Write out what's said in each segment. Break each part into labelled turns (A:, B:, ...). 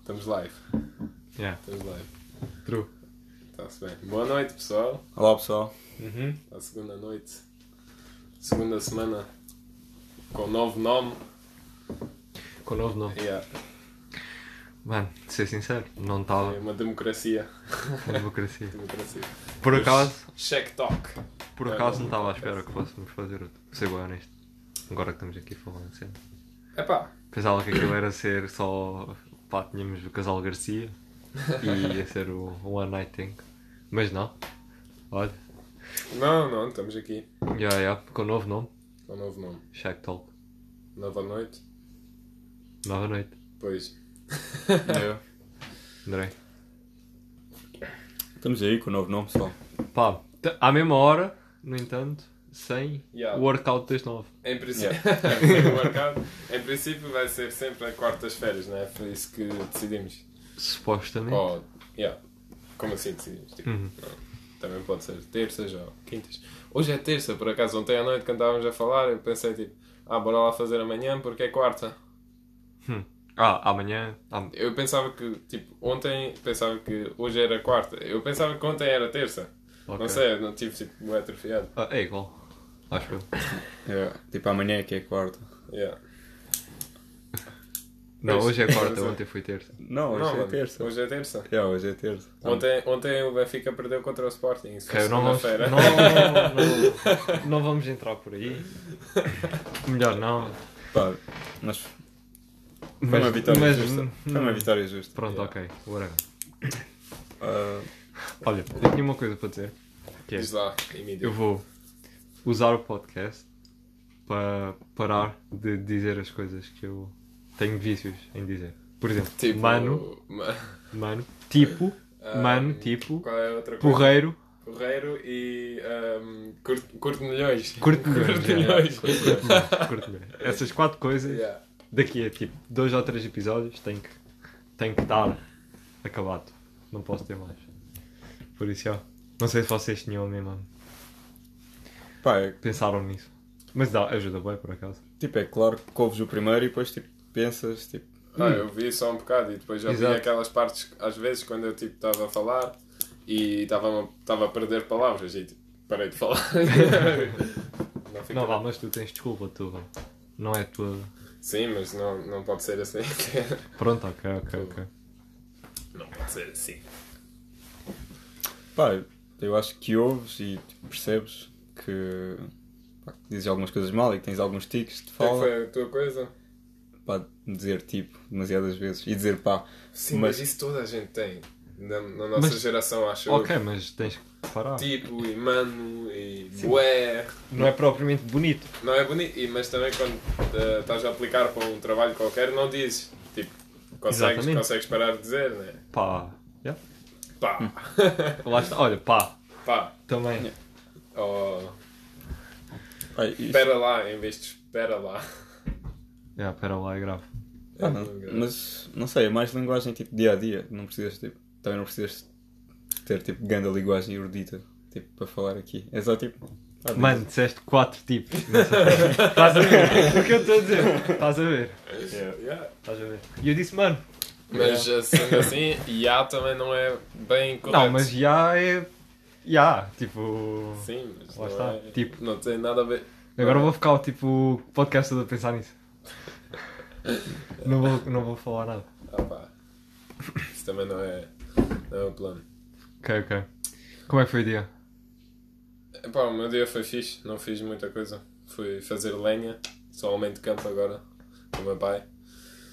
A: Estamos live.
B: Yeah,
A: Estamos live.
B: true.
A: Está-se bem. Boa noite, pessoal.
C: Olá pessoal,
B: Uhum.
A: A segunda noite. Segunda semana. Com um novo nome.
B: Com novo nome.
A: Yeah.
B: Mano, de ser sincero, não estava
A: É uma democracia.
B: na democracia.
A: democracia.
B: Por acaso,
A: Check Talk.
B: por acaso não estava à espera que fôssemos fazer outro. Vou ser bem honesto. Agora que estamos aqui falando sempre.
A: Epá.
B: Pensava que aquilo era ser só. Pá, tínhamos o casal Garcia e ia ser o One Night Thing. Mas não. Olha,
A: Não, não, estamos aqui.
B: yeah, yeah, com novo nome,
A: Com um novo nome.
B: Shack Talk.
A: Nova noite.
B: Nova noite,
A: Pois. É.
C: É.
B: André.
C: estamos aí com o novo nome pessoal.
B: Pá, t- à mesma hora, no entanto, sem
A: Yeah.
B: o workout das nove.
A: Em princípio, Sem o mercado. em princípio vai ser sempre a quartas-feiras, não é? Foi isso que decidimos.
B: Supostamente.
A: Ou, yeah. Como assim decidimos? Tipo,
B: Uhum.
A: Também pode ser terças ou quintas. Hoje é terça, por acaso, ontem à noite, quando estávamos a falar, eu pensei tipo, ah, bora lá fazer amanhã porque é quarta.
B: Hum. Ah, amanhã. am-
A: Eu pensava que, tipo, ontem pensava que hoje era quarta. Eu pensava que ontem era terça.
B: ok.
A: Não sei, eu não tive tipo bué atrofiado.
B: Ah, é igual. Acho eu.
C: Tipo amanhã é que é quarta.
A: Yeah.
B: Não,
A: Pois.
B: hoje é quarta,
A: Pois é.
B: ontem foi terça.
C: Não, hoje
A: Não,
C: é
A: mano,
C: terça.
A: Hoje é terça.
C: Yeah, hoje é terça.
A: Ontem, ontem o Benfica perdeu contra o Sporting. Isso foi
B: Então. Ok, não vamos,
A: segunda-feira.
B: não, não, não, não vamos entrar por aí. Melhor não.
C: Então, Pá, mas foi
B: Mas-
C: uma vitória
B: mas-
C: justa. Foi uma vitória justa.
B: Pronto,
A: Yeah.
B: ok. Whatever.
C: Ah,
B: Olha, eu tinha uma coisa para dizer. Que é,
A: Diz lá, Emílio.
B: eu vou usar o podcast para parar de dizer as coisas que eu tenho vícios em dizer. Por exemplo,
A: Tipo,
B: mano,
A: ma-
B: mano, tipo,
A: ah,
B: mano, tipo,
A: Qual é a outra coisa?
B: porreiro,
A: Correiro e um, curto, curto milhões.
B: Curto milhões,
A: Curto
B: é.
A: milhões.
B: curto Essas quatro coisas
A: Yeah.
B: daqui a tipo dois ou três episódios tem que, tem que estar acabado. Não posso ter mais. Por isso, ó. Não sei se vocês tinham mesmo
C: pá, é,
B: pensaram nisso. Mas dá, ajuda bem por acaso.
C: tipo, é claro que ouves o primeiro e depois tipo, pensas, tipo,
A: Ah, eu vi só um bocado e depois já vi
B: Exato.
A: aquelas partes, às vezes, quando eu tipo estava a falar e estava estava a perder palavras e tipo, parei de falar. não fica...
B: Não, vá, mas tu tens desculpa, tu. Vá. Não é tua.
A: Sim, assim, mas não, não pode ser assim.
B: Pronto, ok, ok, ok.
A: não pode ser assim.
C: pá, eu acho que ouves e tipo, percebes que, pá, que dizes algumas coisas mal e que tens alguns tiques de
A: Qual
C: fala.
A: é foi a tua coisa?
C: Pá, dizer tipo demasiadas vezes e dizer pá.
A: Sim, mas,
C: Mas-
A: isso toda a gente tem. Na, na nossa
B: Mas-
A: geração, acho eu.
B: Ok, mas tens que parar.
A: Tipo e mano e bué.
B: Não é propriamente bonito.
A: Não é bonito, e- mas também quando eh, estás a aplicar para um trabalho qualquer, não dizes. Tipo, consegues,
B: Exatamente.
A: consegues parar de dizer, né?
B: Pá. Yeah.
A: Pá,
B: Hum. Lá está. Olha, pá.
A: pá.
B: Também.
A: Ou
C: pá, isto-
A: espera lá em vez de espera lá.
B: Yeah, pera lá, é grave.
C: Ah, não, mas não sei, é mais linguagem tipo dia a dia. Não precisas, tipo, também não precisas ter tipo grande linguagem erudita tipo, para falar aqui. É só tipo. ah,
B: Mano, disseste quatro tipos. Não sei. Estás a ver? O que eu estou a dizer? Estás a ver?
A: Yeah.
B: Estás a ver? E eu disse, mano.
A: Mas sendo assim, já também não é bem correto.
B: Não, mas já é. Já. Tipo.
A: Sim, mas
B: Lá
A: não,
B: está,
A: é-
B: tipo-
A: não tem nada a ver.
B: Agora vou ficar o tipo podcast todo a pensar nisso. Não vou, não vou falar nada.
A: Ah, pá. Isso também não é, não é o plano.
B: Ok, ok. Como é que foi o dia?
A: Epá, Eh, o meu dia foi fixe, não fiz muita coisa. Fui fazer lenha, só homem de campo agora, com o meu pai.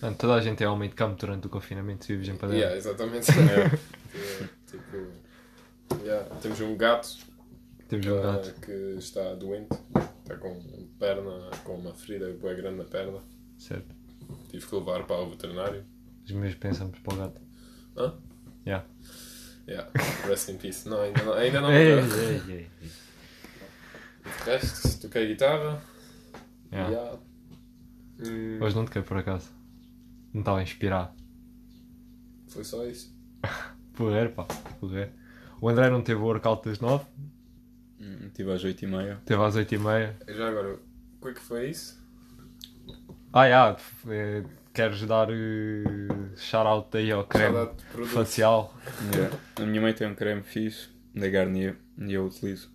B: Mano, toda a gente é homem de campo durante o confinamento, se vives em padeira.
A: Yeah, exatamente. É, tipo, yeah, temos um gato,
B: Temos um
A: ah,
B: gato.
A: que está doente, está com perna, com uma ferida bem grande na perna.
B: Certo.
A: Tive que levar para o veterinário.
B: Os meus pensamos para o gato.
A: Hã?
B: Yeah.
A: Yeah, rest in peace. Não, ainda não. Ainda não
B: Ei,
A: De
B: ei, ei. ei.
A: resto, toquei guitarra.
B: Yeah.
A: yeah. Hum,
B: Hoje não toquei por acaso. Não estava a inspirar.
A: Foi só isso.
B: Porrer, pá. Porrer. O André não teve o workout das 9,
C: hum, Tive às 8 e meia.
B: teve às 8 e meia.
A: Já agora, o que é que foi isso?
B: Ah, já. É, queres dar uh, shout-out aí ao creme
A: Saudade de produtos.
B: facial.
C: Yeah. A minha mãe tem um creme fixe da Garnier e eu utilizo.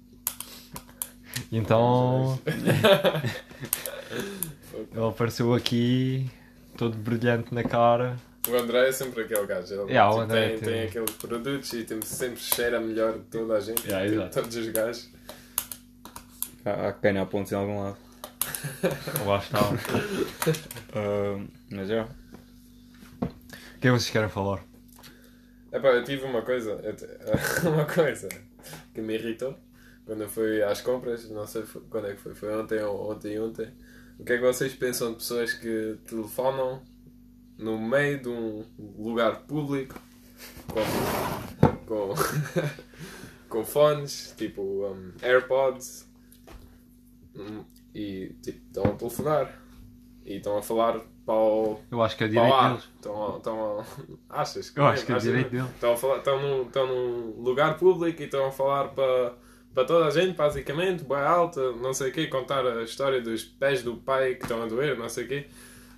B: Então ele apareceu aqui todo brilhante na cara.
A: O André é sempre aquele gajo. Ele
B: Yeah, o
A: tipo,
B: André é
A: tem,
B: tem-
A: tem aqueles produtos e tem sempre cheira melhor de toda a gente.
B: Yeah,
A: de
B: exato.
A: todos os gajos.
C: Há, há que ganhar pontos em algum lado.
B: Lá está. O
C: Ah, mas já.
B: que é que vocês querem falar?
A: Epá, eu tive uma coisa, eu te- uma coisa que me irritou quando eu fui às compras, não sei fo- quando é que foi, foi ontem ou ontem e ontem. O que é que vocês pensam de pessoas que telefonam no meio de um lugar público com, com, com fones, tipo um, AirPods, hum, e tipo, estão a telefonar e estão a falar para o
B: Eu acho que é direito
A: Olá,
B: deles.
A: estão, estão, achas que
B: Eu acho que é
A: achas
B: direito
A: mesmo?
B: dele.
A: Estão, a falar, estão, num, estão num lugar público e estão a falar para, para toda a gente, basicamente, boa alta, não sei o quê, contar a história dos pés do pai que estão a doer, não sei o quê.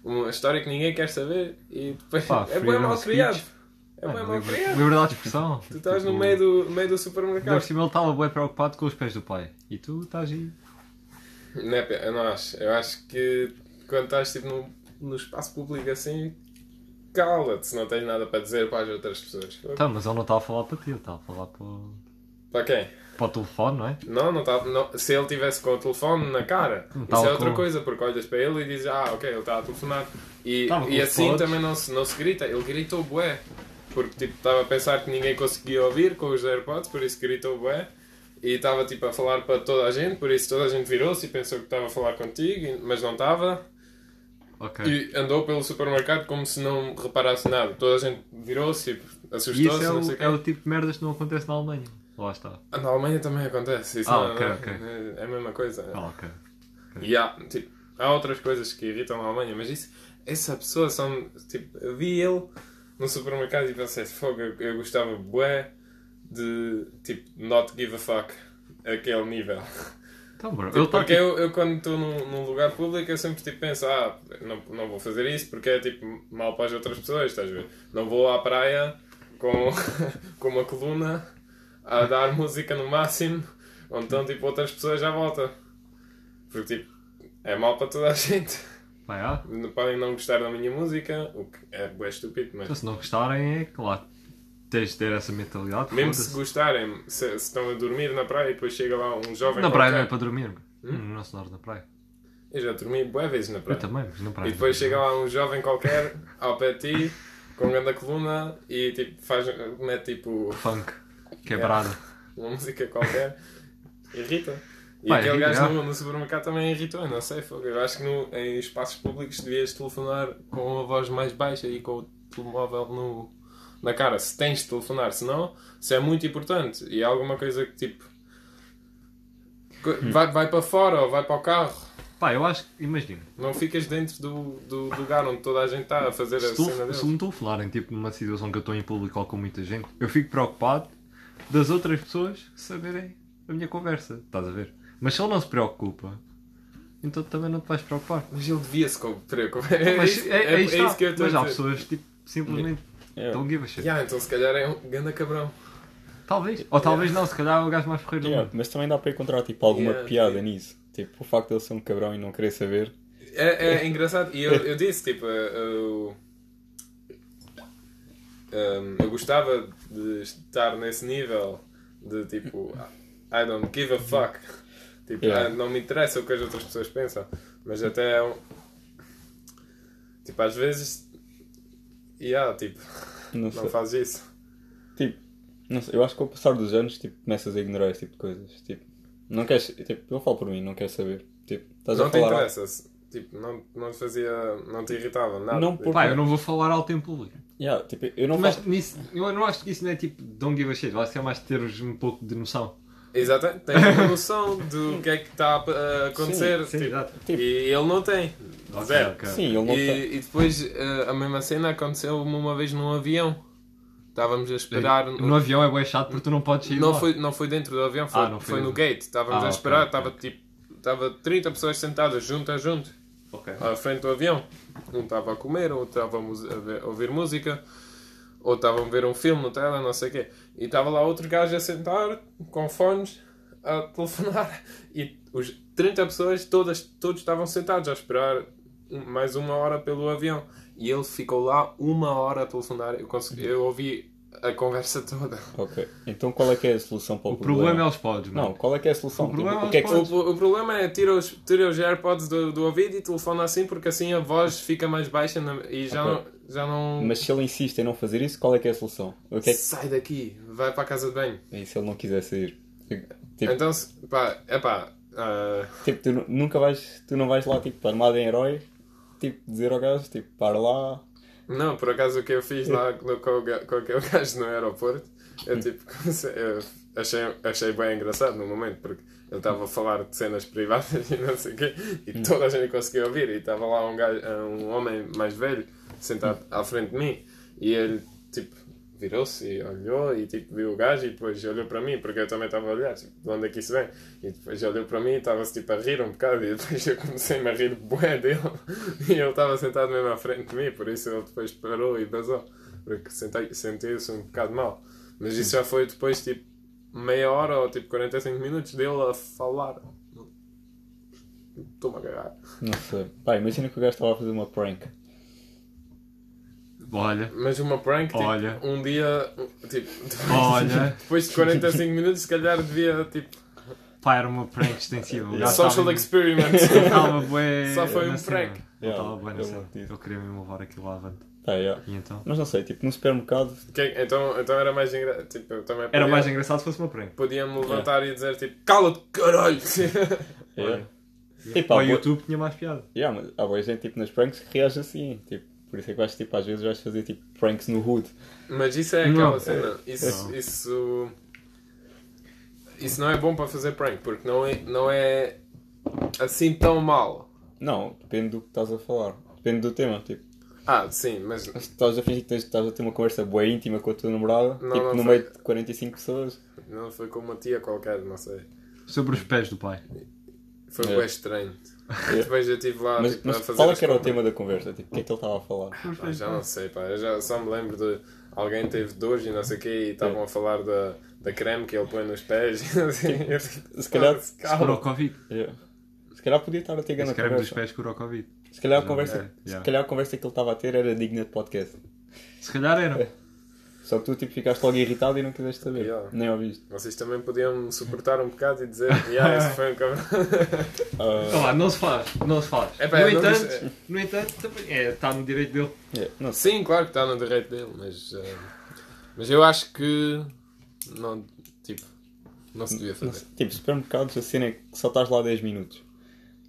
A: Uma história que ninguém quer saber e depois
B: Pá,
A: é bem
B: freedom
A: mal
B: of
A: criado.
B: speech.
A: É bem
B: Ah,
A: mal
B: liber-
A: criado.
B: Liberdade de expressão. Tipo,
A: Tu estás no meio do, meio do
B: Ainda por
A: supermercado.
B: cima ele estava bem preocupado com os pés do pai. E tu estás aí.
A: Não é pe- eu não acho. Eu acho que quando estás tipo, no, no espaço público assim, cala-te se não tens nada para dizer para as outras pessoas.
B: Tá, mas ele não estava a falar para ti, ele estava a falar para, o-
A: Para quem?
B: para o telefone, não é?
A: Não, não tá, não- se ele tivesse com o telefone na cara,
B: Não
A: isso
B: tava
A: é outra
B: com-
A: coisa, porque olhas para ele e dizes, ah, ok, ele está a telefonar. E,
B: Tava com
A: e
B: os
A: assim
B: pods.
A: também não se, não se grita, ele gritou bué, porque tipo, estava a pensar que ninguém conseguia ouvir com os AirPods, por isso gritou bué, e estava tipo a falar para toda a gente, por isso toda a gente virou-se e pensou que estava a falar contigo, e- mas não estava,
B: Ok.
A: e andou pelo supermercado como se não reparasse nada, toda a gente virou-se e
B: E isso
A: assustou-se,
B: é
A: não sei
B: o,
A: o quê.
B: é o tipo de merdas que não acontece na Alemanha. Lá está.
A: Ah, Na Alemanha também acontece, isso
B: Ah,
A: não-
B: ok,
A: não-
B: ok.
A: é a mesma coisa.
B: Ah, ok.
A: E há, tipo, há outras coisas que irritam a Alemanha, mas isso, essa pessoa só me, tipo, eu vi ele no supermercado e pensei, fogo, eu, eu gostava bué de, tipo, not give a fuck, aquele nível.
B: Então, bro, ele está
A: Tipo, porque
B: aqui.
A: eu, eu quando estou num, num lugar público, eu sempre, tipo, penso, ah, não, não vou fazer isso porque é, tipo, mal para as outras pessoas, estás a ver? Não vou à praia com, com uma coluna a dar música no máximo, ou então, tipo, outras pessoas à volta. Porque, tipo, é mal para toda a gente.
B: Vai, ah.
A: Não- Podem não gostar da minha música, o que é bué estúpido, mas...
B: Então, se não gostarem, é claro. Tens de ter essa mentalidade.
A: Mesmo
B: foda-se.
A: se gostarem, se, se estão a dormir na praia e depois chega lá um jovem
B: Na praia não é
A: qualquer-
B: para dormir. bro.
A: Hum?
B: Não se dorme na praia.
A: Eu já dormi bué vezes na praia.
B: Eu também, mas na praia.
A: E depois chega lá um jovem qualquer ao pé de ti, com grande coluna, e tipo, faz, mete tipo
B: Funk. Quebrada.
A: uma música qualquer, irrita. E
B: Pá,
A: aquele
B: irrita,
A: gajo
B: é.
A: no, no supermercado também irritou, eu não sei, fogo. eu acho que no- em espaços públicos devias telefonar com a voz mais baixa e com o telemóvel no, na cara, se tens de telefonar, se não, se é muito importante e é alguma coisa que tipo co-
B: Hum.
A: vai, vai para fora ou vai para o carro.
B: Pá, eu acho que, imagina,
A: Não ficas dentro do, do lugar onde toda a gente está a fazer a cena
B: se, tu,
A: deles.
B: se me telefonarem, tipo, numa situação que eu estou em público ou com muita gente, eu fico preocupado das outras pessoas saberem a minha conversa. Estás a ver? Mas se ele não se preocupa, então também não te vais preocupar.
A: Mas ele devia-se co- preocupar. É,
B: Mas
A: isso-
B: é, é,
A: é- é
B: isto está.
A: isso que eu estou a
B: Mas há
A: dizer.
B: pessoas, tipo, simplesmente
C: Yeah.
B: don't give a shit.
A: Yeah, então se calhar é um ganda cabrão.
B: Talvez. Ou talvez não, se calhar é o gajo mais ferreiro do
C: Yeah,
B: mundo.
C: Mas também dá para encontrar tipo, alguma
A: Yeah,
C: piada
A: sim.
C: nisso. Tipo, o facto de ele ser um cabrão e não querer saber.
A: É, é engraçado. E eu, eu disse, tipo, eu, ehm, eu, eu gostava de estar nesse nível de tipo, I don't give a fuck. Tipo,
C: Yeah.
A: ah, não me interessa o que as outras pessoas pensam. Mas até é um- Tipo, às vezes. Yeah, tipo,
C: Não sei.
A: não faz isso.
C: Tipo, não sei, eu acho que ao passar dos anos, tipo, começas a ignorar esse tipo de coisas. Tipo, não queres. Tipo, eu falo por mim, não queres saber. Tipo, estás
A: não
C: a
A: te
C: falar.
A: interessa. se- Tipo, não, não te fazia. Não te irritava, nada.
C: Não
A: Tipo,
C: por-
B: Pá, eu não vou falar alto em público.
C: Yeah, tipo, eu não
B: Mas
C: falo.
B: nisso, eu não acho que isso não é tipo don't give a shit. Eu acho que é mais teres um pouco de noção.
A: Exatamente. Tens uma noção do que é que está a acontecer.
B: Sim,
A: tipo,
B: exato.
A: E ele não tem. Zero.
B: Ok, ok.
C: Sim, ele não tem.
A: E, e depois eh, a mesma cena aconteceu-me uma vez num avião. Estávamos a esperar.
B: No avião é bem chato porque tu não podes sair
A: um- Não
B: lá.
A: foi, não foi dentro do avião, foi,
B: Ah, não
A: foi
B: foi
A: no
B: dentro.
A: gate. Estávamos
B: Ah,
A: a
B: ok,
A: esperar,
B: ok,
A: estava tipo. Estava 30 pessoas sentadas junto a junto.
B: Ok.
A: à frente do avião. Um estava a comer, outro estava a mus- a ver- a ouvir música, outro estava a ver um filme no tela, não sei o quê. E estava lá outro gajo a sentar, com fones, a telefonar. E os 30 pessoas, todas, todos estavam sentados a esperar um- mais uma hora pelo avião. E ele ficou lá uma hora a telefonar. Eu, consegui- eu ouvi a conversa toda.
C: Ok. Então qual é que é a solução para o,
B: O problema é os pods, mano.
C: Não, qual é que é a solução?
B: O problema
C: Tipo, o que é que
B: é
A: O, o- o problema é tira os, tira os AirPods do, do ouvido e telefona assim, porque assim a voz fica mais baixa na- e já,
C: Ok.
A: não, já não.
C: Mas se ele insiste em não fazer isso, qual é que é a solução? O que é que...
A: Sai daqui, vai para a casa de banho.
C: E se ele não quiser sair? Tipo,
A: Então, se- pá, é pá. ah,
C: tipo, tu nu- nunca vais, tu não vais lá, tipo, armado em herói, tipo, dizer ao gajo, tipo, para lá.
A: não, por acaso o que eu fiz lá no- com, o ga- com aquele gajo no aeroporto, eu tipo, comecei- eu achei, achei bem engraçado no momento, porque ele estava a falar de cenas privadas e não sei o quê, e toda a gente conseguia ouvir, e estava lá um, gajo, ah, um homem mais velho sentado à frente de mim, e ele, tipo, virou-se e olhou e tipo viu o gajo e depois olhou para mim porque eu também estava a olhar tipo, de onde é que isso vem e depois olhou para mim e estava-se tipo a rir um bocado e depois eu comecei a rir bué dele e ele estava sentado mesmo à frente de mim por isso ele depois parou e vazou porque sentei- sentiu-se um bocado mal mas isso já foi depois tipo meia hora ou tipo 45 minutos dele a falar estou-me a cagar
C: Não sei. Pá, imagina que o gajo estava a fazer uma prank.
B: Olha,
A: mas uma prank tipo,
B: Olha. Oh.
A: um dia tipo depois,
B: olha.
A: depois de 45 minutos se calhar devia tipo
B: Pá, era uma prank extensiva.
C: É
B: O gajo
A: Social
B: tava-
A: experiment.
B: tava bué
A: Só foi
B: na
A: um
B: cena.
A: prank.
B: Ele
C: Yeah,
B: tava bué na
C: eu
B: cena.
C: mantive.
B: Eu queria mesmo levar aquilo lá avante.
C: Tá, yeah.
B: E então?
C: Mas não sei, tipo, num supermercado,
A: Que- então, então era mais engraçado. Tipo, eu também
B: Era
A: podia-
B: mais engraçado se fosse uma prank.
A: Podia-me levantar e dizer tipo, cala-te, caralho!
C: yeah.
B: Para
C: É. Tipo,
B: o
C: há, boi...
B: YouTube tinha mais piada.
C: yeah, mas há boa gente, tipo, nas pranks que reage assim, tipo. Por isso é que vais, tipo, às vezes vais fazer, tipo, pranks no hood.
A: Mas isso é aquela
B: Não.
A: cena. Isso,
B: Não.
A: isso. Isso não é bom para fazer prank, porque não é, não é assim tão mal.
C: Não, depende do que estás a falar. Depende do tema, tipo.
A: Ah, sim, mas.
C: Se estás a fingir que tens- estás a ter uma conversa boa íntima com a tua namorada,
A: Não,
C: tipo,
A: não Tipo,
C: no
A: foi.
C: meio de 45 pessoas.
A: Não foi com uma tia qualquer, não sei.
B: Sobre os pés do pai.
A: Foi
C: É.
A: bem estranho. E depois eu estive lá
C: Mas,
A: tipo, a
C: mas
A: fazer.
C: qual é
A: as
C: que era o
A: compras.
C: tema da conversa? Tipo, o que é que ele estava a falar?
A: Pá, já
C: é.
A: não sei, pá. Eu já só me lembro de alguém teve dores e não sei o quê e
C: É.
A: estavam a falar da, da creme que ele põe nos pés. Se
C: Se calhar-
B: Curou o Covid.
C: Yeah. Se calhar podia estar a ter grande
B: Esse creme dos
C: conversa.
B: pés curou o Covid.
C: Se calhar, a
B: Já,
C: conversa,
B: é, yeah.
C: se calhar a conversa que ele estava a ter era digna de podcast.
B: Se calhar era.
A: É.
C: Só que tu tipo, ficaste logo irritado e não quiseste saber.
A: Yeah.
C: Nem ouviste.
A: Vocês também podiam me suportar um bocado e dizer, yeah, esse foi um cabrão.
C: Ah,
B: Olha lá, não se faz. Não se faz.
A: É pá,
B: no,
A: eu não
B: entanto, no entanto, também é, está no direito dele.
C: yeah, não sei.
A: Sim, claro que está no direito dele, mas, eh, mas eu acho que não, tipo, não se devia
C: Não
A: fazer.
C: sei. Tipo, supermercados, a cena é que só estás lá 10 minutos.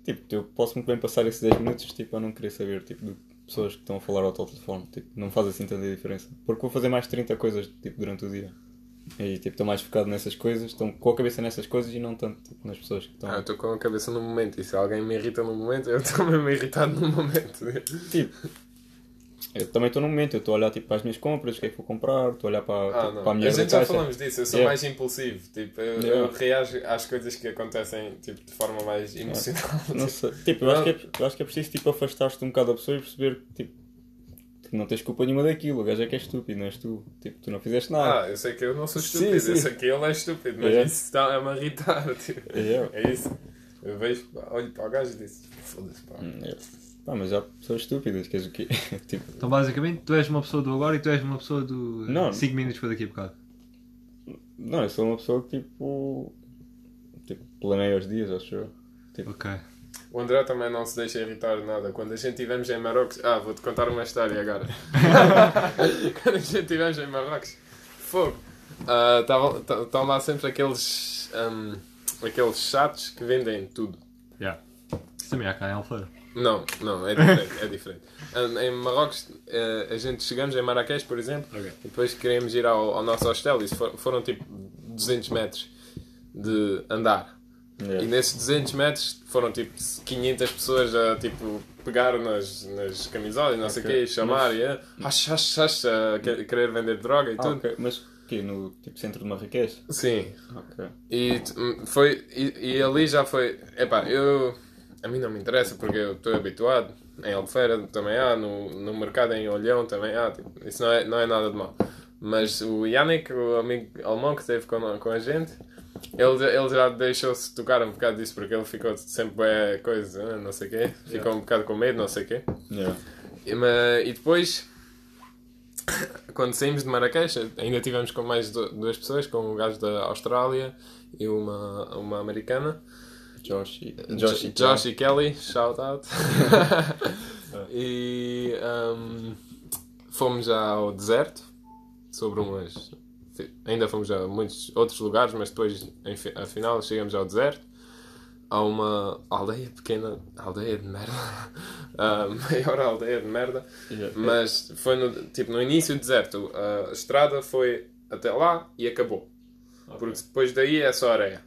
C: Tipo, eu posso muito bem passar esses 10 minutos tipo, a não querer saber tipo, de pessoas que estão a falar ao teu telefone. Tipo, não faz assim tanta diferença. Porque vou fazer mais 30 coisas tipo, durante o dia. E tipo, estou mais focado nessas coisas, estou com a cabeça nessas coisas e não tanto tipo, nas pessoas que estão.
A: Ah, estou com a cabeça no momento e se alguém me irrita no momento, eu estou mesmo irritado no momento.
C: Tipo, eu também estou num momento, eu estou a olhar tipo, para as minhas compras, o que é que vou comprar, estou a olhar para,
A: Ah,
C: tipo,
A: não.
C: para a minha
A: a gente já
C: caixa.
A: falamos disso, eu sou
C: Yeah.
A: mais impulsivo, tipo, eu, eu
C: Yeah.
A: reajo às coisas que acontecem tipo, de forma mais emocional.
C: Não sei. Tipo, eu acho, que é, eu acho que é preciso tipo, afastar-te um bocado da pessoa e perceber que, tipo, que não tens culpa nenhuma daquilo. O gajo é que é estúpido, não és tu. Tipo, tu não fizeste nada.
A: Ah, eu sei que eu não sou
C: Sim,
A: estúpido, eu
C: sim.
A: sei que ele é estúpido, mas
C: É.
A: isso está a me irritar, tipo.
C: É.
A: É isso. Eu vejo, olho para o gajo e disse, foda-se, pá.
C: Hum, é. Pá, mas já pessoas estúpidas, queres o quê? tipo,
B: Então, basicamente, tu és uma pessoa do agora e tu és uma pessoa do
C: Não.
B: 5 minutos para daqui a bocado.
C: não, eu sou uma pessoa que tipo. Tipo, planeia os dias, acho eu. Tipo,
B: Ok.
A: O André também não se deixa irritar de nada. Quando a gente estivemos em Marrocos. Ah, vou-te contar uma história agora. Quando a gente estivemos em Marrocos. Fogo. Ah, Estão tá lá sempre aqueles. ahm, aqueles chatos que vendem tudo.
B: Yeah. Isso também há cá é um em Alfeira.
A: Não, não, é diferente. é diferente. Ahm, em Marrocos, eh, a gente chegamos em Marrakech, por exemplo,
B: Ok.
A: e depois queríamos ir ao, ao nosso hostel. Isso for- foram tipo 200 metros de andar.
C: yeah.
A: E nesses 200 metros foram tipo 500 pessoas a tipo, pegar nas, nas camisolas, e não sei o
C: Ok.
A: quê, e chamar e a, hash, hash, hash, a que- querer vender droga e
C: Ah,
A: tudo.
C: ok. Mas o quê? No tipo, centro de Marrakech?
A: Sim,
C: Ok.
A: e t- hum, foi. E, e ali já foi. Epá, eu. A mim não me interessa porque eu estou habituado. Em Albufeira também há, no, no mercado em Olhão também há. Tipo, isso não é, não é nada de mal. Mas o Yannick, o amigo alemão que esteve com, com a gente, ele, ele já deixou-se tocar um bocado disso porque ele ficou sempre é, coisa, ah, não sei o quê. Ficou um bocado com medo, não sei o quê.
C: Yeah.
A: E, ma- e depois, quando saímos de Marrakech, ainda tivemos com mais du- duas pessoas, com um gajo da Austrália e uma, uma americana.
C: Josh e...
A: Josh,
C: e-
A: Josh e Kelly, shout out. e ahm, fomos ao deserto, sobre umas. Ainda fomos a muitos outros lugares, mas depois, enfi- afinal, chegamos ao deserto. Há uma aldeia pequena, aldeia de merda, a maior aldeia de merda,
C: Yeah.
A: mas foi no, tipo, no início do deserto. A estrada foi até lá e acabou, porque depois daí é só areia,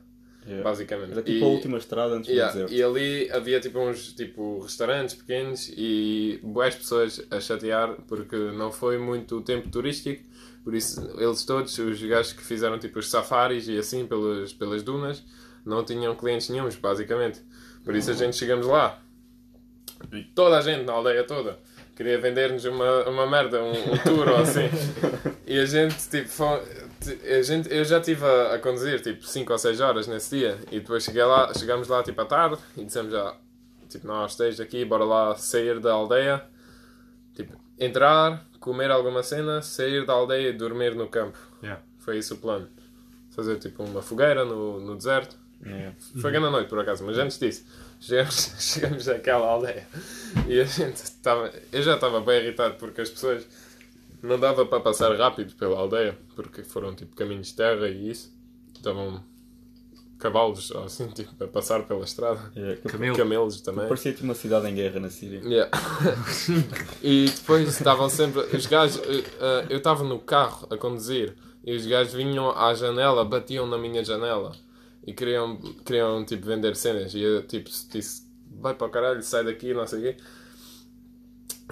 C: Yeah.
A: basicamente.
C: Era tipo
A: E-
C: a última estrada antes
A: Yeah,
C: do deserto.
A: E ali havia tipo uns tipo, restaurantes pequenos e boas pessoas a chatear porque não foi muito o tempo turístico. Por isso, eles todos, os gajos que fizeram tipo os safaris e assim pelas, pelas dunas, não tinham clientes nenhums, basicamente. Por isso a gente chegamos lá e toda a gente na aldeia toda queria vender-nos uma, uma merda, um, um tour ou assim. E a gente, tipo, fo- ti- a gente, eu já estive a, a conduzir, tipo, 5 ou 6 horas nesse dia. E depois cheguei lá, chegámos lá, tipo, à tarde e dissemos já, tipo, não, esteja aqui, bora lá sair da aldeia. Tipo, entrar, comer alguma cena, sair da aldeia e dormir no campo.
B: Yeah.
A: Foi isso o plano. Fazer, tipo, uma fogueira no, no deserto.
C: Yeah.
A: Foi grande noite, por acaso, mas antes disso, chegamos, chegamos àquela aldeia e a gente estava. Eu já estava bem irritado porque as pessoas não dava para passar rápido pela aldeia, porque foram tipo caminhos de terra e isso. Estavam cavalos, ou assim, tipo, a passar pela estrada.
C: Yeah. Que-
B: Camelo.
A: Camelos também.
C: Parecia tipo uma cidade em guerra na Síria.
A: Yeah. e depois estavam sempre. Os gajos. eh, eh, Eu estava no carro a conduzir e os gajos vinham à janela, batiam na minha janela e queriam, queriam tipo, vender cenas. E eu tipo disse: vai para o caralho, sai daqui, não sei o quê.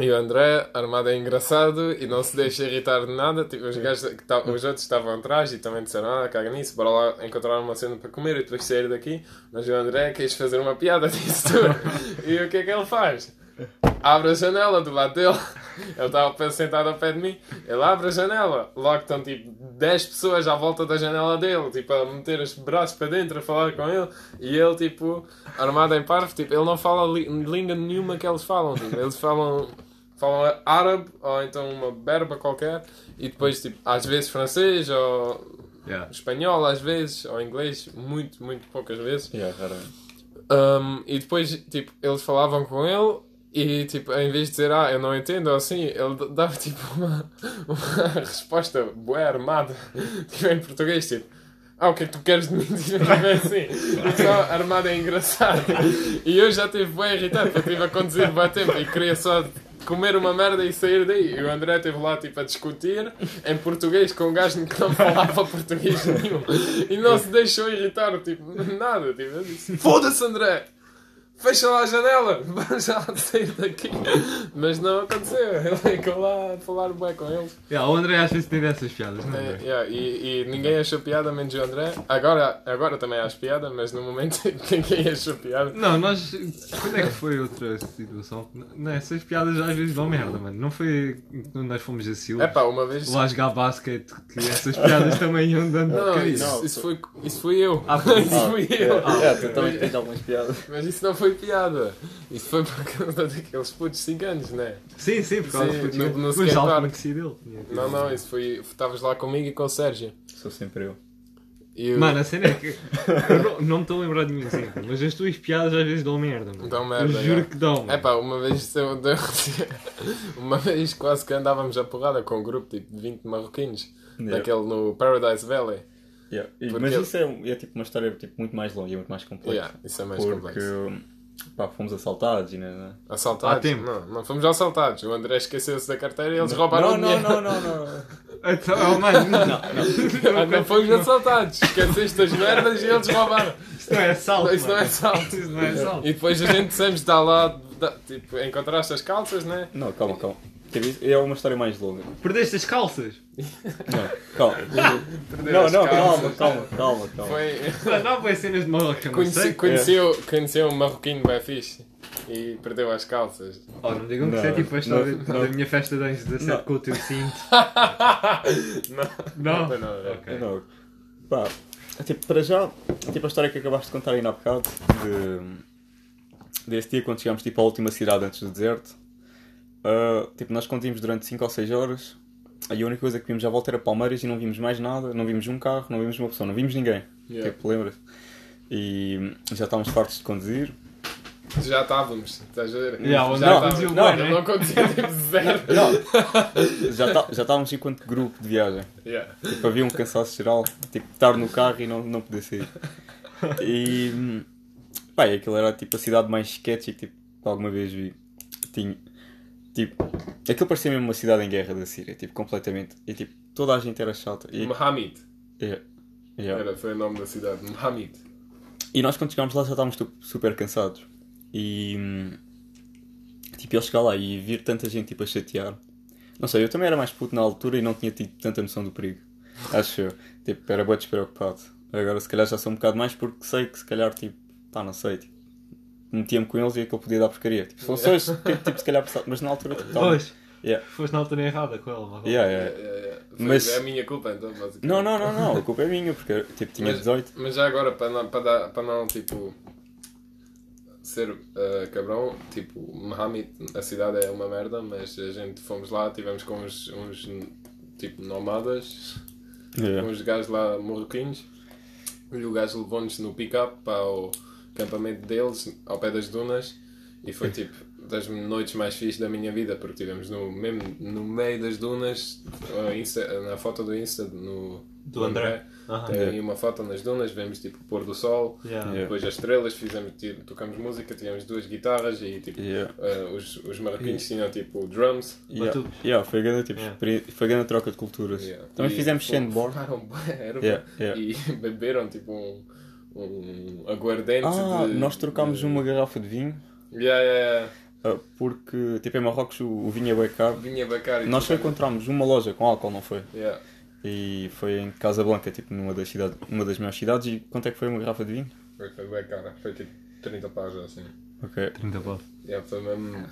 A: E o André, armado é engraçado e não se deixa irritar de nada. Tipo, os, gajos que ta- os outros estavam atrás e também disseram: Ah, caga nisso, bora lá encontrar uma cena para comer e depois sair daqui. Mas o André quis fazer uma piada disso tudo. E o que é que ele faz? abre a janela do lado dele. Ele estava sentado ao pé de mim. Ele abre a janela. Logo estão tipo 10 pessoas à volta da janela dele, tipo a meter os braços para dentro a falar com ele. E ele, tipo, armado em parvo, tipo, ele não fala li- língua nenhuma que eles falam. tipo, eles falam. Falam árabe ou então uma berba qualquer e depois, tipo, às vezes francês ou
B: Yeah.
A: espanhol, às vezes, ou inglês, muito, muito poucas vezes.
C: Yeah, raramente.
A: Um, e depois, tipo, eles falavam com ele e, tipo, em vez de dizer, ah, eu não entendo, ou assim, ele d- dava, tipo, uma, uma resposta bué armada, tipo, em português, tipo, ah, o que é que tu queres de mim? Tipo, assim, só armada é engraçado. E eu já estive bué irritado, porque eu estive a conduzir bué tempo e queria só comer uma merda e sair daí. E o André esteve lá, tipo, a discutir em português com um gajo que não falava português nenhum. E não se deixou irritar, tipo, nada. Tipo, eu disse, foda-se, André! Fecha lá a janela! Vamos já sair daqui! Mas não aconteceu. Ele ficou lá a falar bem com eles.
B: Yeah, o André às vezes tem dessas piadas, não
A: É,
B: é?
A: yeah, e, e ninguém achou piada menos o André. Agora, agora também acho piada, mas no momento ninguém achou piada.
B: Não, nós. Quando é que foi outra situação? N- Não, essas piadas às vezes dão merda, mano. Não foi quando nós fomos a Silva
A: Epá, uma vez.
B: lá jogar basquete que essas piadas também iam dando um
A: Não,
B: porcaria.
A: isso,
C: Não,
A: isso, foi, isso fui eu.
B: é Ah, foi.
A: isso fui eu.
C: Ah, yeah, tu também tens algumas piadas.
A: Mas isso não foi piada. Isso foi por causa daqueles putos ciganos, né?
B: Sim, sim, por causa
A: Sim, no-
B: do
A: no
B: futebol. Mas
A: skatepark.
B: algo conheci dele. Tinha que-
A: tá- Não, não, isso foi. Estavas lá comigo e com o Sérgio.
C: Sou sempre eu.
A: E o-
B: Mano, a cena é que. Eu não, não me estou a lembrar de nenhum exemplo, mas as tuas piadas às vezes dão merda, mano.
A: Dão merda,
B: Eu juro
A: já.
B: que dão. mano.
A: É pá, uma vez eu- deu- uma vez quase que andávamos a porrada com um grupo tipo de 20 marroquinos
C: Yeah.
A: naquele no Paradise Valley.
C: Yeah. E-
A: É Porque
C: Mas
A: eu-
C: isso é, é tipo uma história tipo, muito mais longa e muito mais complexa.
A: Yeah, isso é mais
C: porque
A: complexo.
C: pá, fomos assaltados e né?
A: Assaltados?
B: Há tempo.
A: Não, não fomos assaltados. O André esqueceu-se da carteira e eles roubaram o dinheiro.
C: não, não, não, não.
B: Então, oh, mano, não.
A: Ah, não fomos
B: não,
A: assaltados. Esqueceste as merdas e eles roubaram.
B: Isso não é salto.
A: Isso não é assalto.
B: Isso não é salto.
A: E depois a gente dissemos, dá lá, dá- tipo, encontraste as calças, né?
C: Não, calma, calma. Tipo, isso é uma história mais longa.
B: Perdeste as calças?
C: Não, calma.
A: Perder
C: Não,
A: as
C: não, calma,
A: calças.
C: calma, calma, calma.
A: Foi.
B: Mano, Não há boas cenas de Marrocos, não
A: Conheci,
B: sei.
A: conheceu, conheceu um marroquino bem fixe e perdeu as calças.
B: Oh, não digam que isso é
C: Não,
B: tipo a história
C: não,
B: da
C: não.
B: minha festa de anos 17
C: Não.
B: com o teu cinto.
A: não.
B: Não?
A: Não, não, não.
B: Ok.
C: Não. Pá, é tipo, para já, é tipo a história que acabaste de contar ainda há bocado, de, desse dia quando chegámos tipo, à última cidade antes do deserto, ah, tipo, nós conduzimos durante 5 ou 6 horas, e a única coisa que vimos à volta era palmeiras e não vimos mais nada, não vimos um carro, não vimos uma pessoa, não vimos ninguém.
A: Yeah.
C: Tipo, lembras? E já estávamos fartos de conduzir.
A: Já estávamos, estás a ver?
B: Yeah, onde
A: já
B: não,
A: estávamos.
B: conduziu
A: não,
B: bem, né?
A: não conduzia tipo zero.
C: Já, tá- já estávamos enquanto grupo de viagem.
A: Yeah.
C: Tipo, havia um cansaço geral, tipo, estar no carro e não, não poder sair. E. hum, Pá, e aquilo era tipo a cidade mais sketchy que tipo, alguma vez vi. Tinha. Tipo, aquilo parecia mesmo uma cidade em guerra da Síria, tipo, completamente. E tipo, toda a gente era chata. E,
A: Mohamed.
C: é, é.
A: Era, foi o nome da cidade. Mohamed.
C: E nós quando chegámos lá já estávamos tu- super cansados. E. hum, Tipo, eu chegar lá e vir tanta gente tipo, a chatear. Não sei, eu também era mais puto na altura e não tinha tido tanta noção do perigo. Acho eu. Tipo, era bem despreocupado. Agora, se calhar, já sou um bocado mais porque sei que, se calhar, tipo, pá, não sei, tipo, metia-me com eles e aquilo podia dar porcaria. Tipo, se fosse hoje, tipo, tipo, se calhar, pensava- mas na altura, tipo, tava-
B: Hoje,
C: Yeah.
B: foste na altura errada com ela, Marrocos.
C: Yeah, yeah.
A: É, é, é. Foi-
C: Mas-
A: É a minha culpa, então, basicamente.
C: Não, não, não, não, a culpa é minha, porque, tipo, tinha
A: Mas-
C: 18.
A: Mas já agora, para não, para dar, para não tipo, ser eh, cabrão, tipo, Mohamed, a cidade é uma merda, mas a gente fomos lá, tivemos com uns, uns tipo, nomadas, com
C: Yeah.
A: uns gajos lá marroquinos, e o gajo levou-nos no pick-up para o campamento deles, ao pé das dunas, e foi tipo das noites mais fixes da minha vida, porque tivemos no, mesmo no meio das dunas, eh, Insta- na foto do Insta, no...
B: Do André. Aham.
C: É.
A: Tem aí uma foto nas dunas, vemos tipo o pôr do sol,
B: Yeah.
C: Yeah.
A: depois as estrelas, fizemos, tipo, tocamos música, tivemos duas guitarras e tipo
C: Yeah.
A: eh, os, os
C: É.
A: marroquinos tinham tipo drums.
C: Yeah.
B: Batuques.
C: Yeah, foi a grande, tipo,
B: Yeah.
C: experi- foi a grande troca de culturas.
A: Yeah.
C: Também
A: E
C: fizemos
A: fo-
C: sandboard.
A: fumaram bué erva
C: Yeah, yeah.
A: e beberam tipo um, um aguardente.
C: Ah,
A: de-
C: nós trocámos
A: de-
C: uma garrafa de vinho
A: Yeah, yeah, yeah.
C: ah, porque, tipo, em Marrocos o, o vinho é bem caro.
A: Vinha Bacari.
C: Nós só
A: trocamos-
C: encontramos uma loja com álcool, não foi?
A: tipo, Yeah.
C: E foi em Casablanca, tipo, numa das, cidades, numa das maiores cidades. E quanto é que foi uma garrafa de vinho?
A: Foi, foi bem cara, foi tipo 30 paus assim.
C: Ok.
B: 30 pau.
A: Yeah, foi mesmo.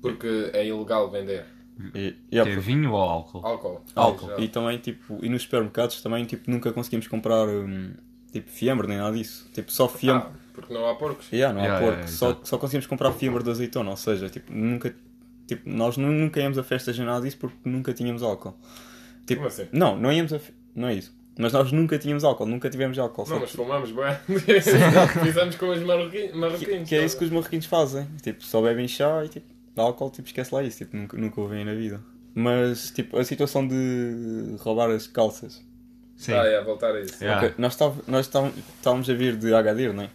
A: Porque é ilegal vender
C: E, yeah, Ah,
B: É
C: foi-
B: vinho ou álcool?
A: álcool.
C: álcool.
A: Já.
C: E também, tipo, e nos supermercados também, tipo, nunca conseguimos comprar, hum, tipo, fiambre nem nada disso. Tipo, só fiambre.
A: Ah, porque não há porcos.
C: Yeah, não há
B: Yeah,
C: porco.
B: yeah, yeah,
C: só, só conseguimos comprar fibra de azeitona, ou seja, tipo, nunca, tipo, nós nu- nunca íamos a festas nem nada disso porque nunca tínhamos álcool. Tipo,
A: Como assim?
C: Não, não íamos a. fe- Não é isso. Mas nós nunca tínhamos álcool, nunca tivemos álcool. só
A: Não, mas
C: que-
A: fumámos bem. Fizemos com os marroquin-
C: que,
A: marroquinos. tá
C: que é isso que os marroquinos fazem. Tipo, só bebem chá e tipo, álcool, tipo, esquece lá isso. Tipo, nunca, nunca o veem na vida. Mas, tipo, a situação de roubar as calças.
B: Sim.
A: Ah, é, voltar a isso.
B: Yeah.
C: Ok, Nós estávamos nós estávamos- estávamos a vir de Agadir, não é?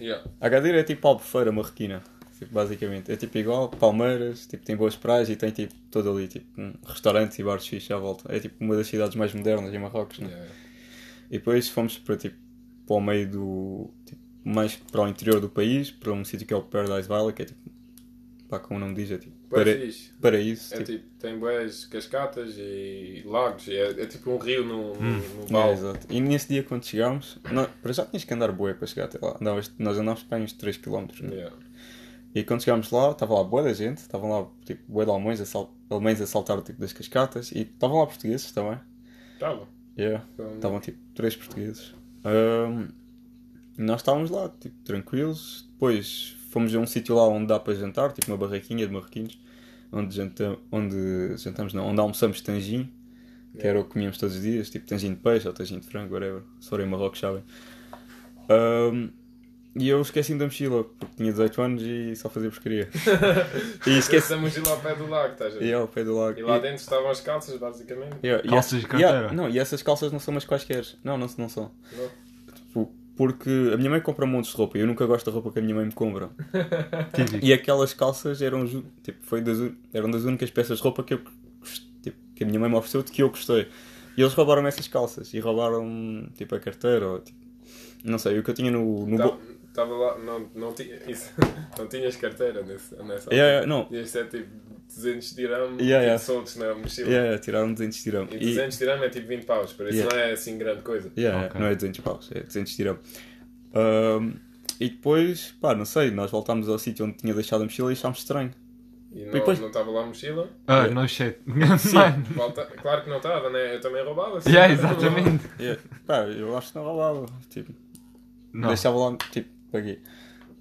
A: Yeah.
C: Agadir é tipo Albufeira, marroquina. Tipo, basicamente. É tipo igual, Palmeiras, tipo, tem boas praias e tem tipo todo ali, tipo, um, restaurantes e bares fixos à volta. É tipo uma das cidades mais modernas em Marrocos, né?
A: Yeah.
C: E depois fomos para tipo, para o meio do. Tipo, mais para o interior do país, para um sítio que é o Paradise Valley, que é tipo. pá, como o nome diz, é tipo.
A: Bué
C: para-
A: fixe.
C: paraíso.
A: É
C: tipo,
A: tipo, tem boas cascatas e lagos. e É, é tipo um rio no, no
C: é,
A: balde.
C: exato. E nesse dia quando chegámos, nó- para já tinhas que andar boé para chegar até lá. Andavas- nós andámos para aí uns 3km, né?
A: Yeah.
C: E quando chegámos lá, estava lá boa da gente, estavam lá tipo, boa de alemães a, sal... alemães a saltar tipo, das cascatas e estavam lá portugueses também.
A: Tá bom.
C: Yeah.
A: Então,
C: Estavam tipo três portugueses. Ahm, e nós estávamos lá, tipo, tranquilos. Depois fomos a um sítio lá onde dá para jantar, tipo uma barraquinha de marroquinos, onde, janta... onde jantamos, não, onde almoçamos tanjim, que era o que comíamos todos os dias, tipo tanjim de peixe ou tanjim de frango, whatever. Se forem a Marrocos, sabem. Ahm, e eu esqueci-me da mochila, porque tinha 18 anos e só fazia porcaria. e esqueci.
A: Essa mochila ao pé do lago, estás a ver?
C: E ao pé do lago.
A: E lá
C: E-
A: dentro estavam as calças, basicamente.
C: Yeah, e
B: Calças
C: essa-
B: de carteira.
C: yeah, não, e essas calças não são umas quaisquer. Não, não, não são.
A: Não?
C: Tipo, Porque a minha mãe compra montes de roupa e eu nunca gosto da roupa que a minha mãe me compra.
B: Típico.
C: E aquelas calças eram, ju- tipo, foi das, un- eram das únicas peças de roupa que, eu, gost- tipo, que a minha mãe me ofereceu de que eu gostei. E eles roubaram essas calças e roubaram tipo, a carteira ou tipo, não sei, o que eu tinha no, no
A: Tá-
C: bol-
A: estava lá, não, não, tinha, isso, não tinhas carteira nesse, nessa
C: Yeah, yeah, não.
A: Tinhas ser tipo 200 dirham tipo
C: Yeah, yeah.
A: soltos na mochila.
C: Yeah, yeah, tiraram 200 dirham.
A: E
C: E-
A: 200 dirham é tipo 20 paus, por isso
C: Yeah.
A: não é assim grande coisa.
C: Yeah,
B: Ok.
C: Não é 200 paus, é 200 dirão. Ahm, e depois, pá, não sei, nós voltámos ao sítio onde tinha deixado a mochila e achámos estranho.
A: E não
C: depois-
A: não estava lá a mochila.
B: Ah, não sei. Mano.
A: Volta- Claro que não estava, né? Eu também roubava. sim.
B: Yeah, exatamente.
C: Pá, eu acho que não roubava. Tipo,
B: Não.
C: deixava lá, tipo, aqui.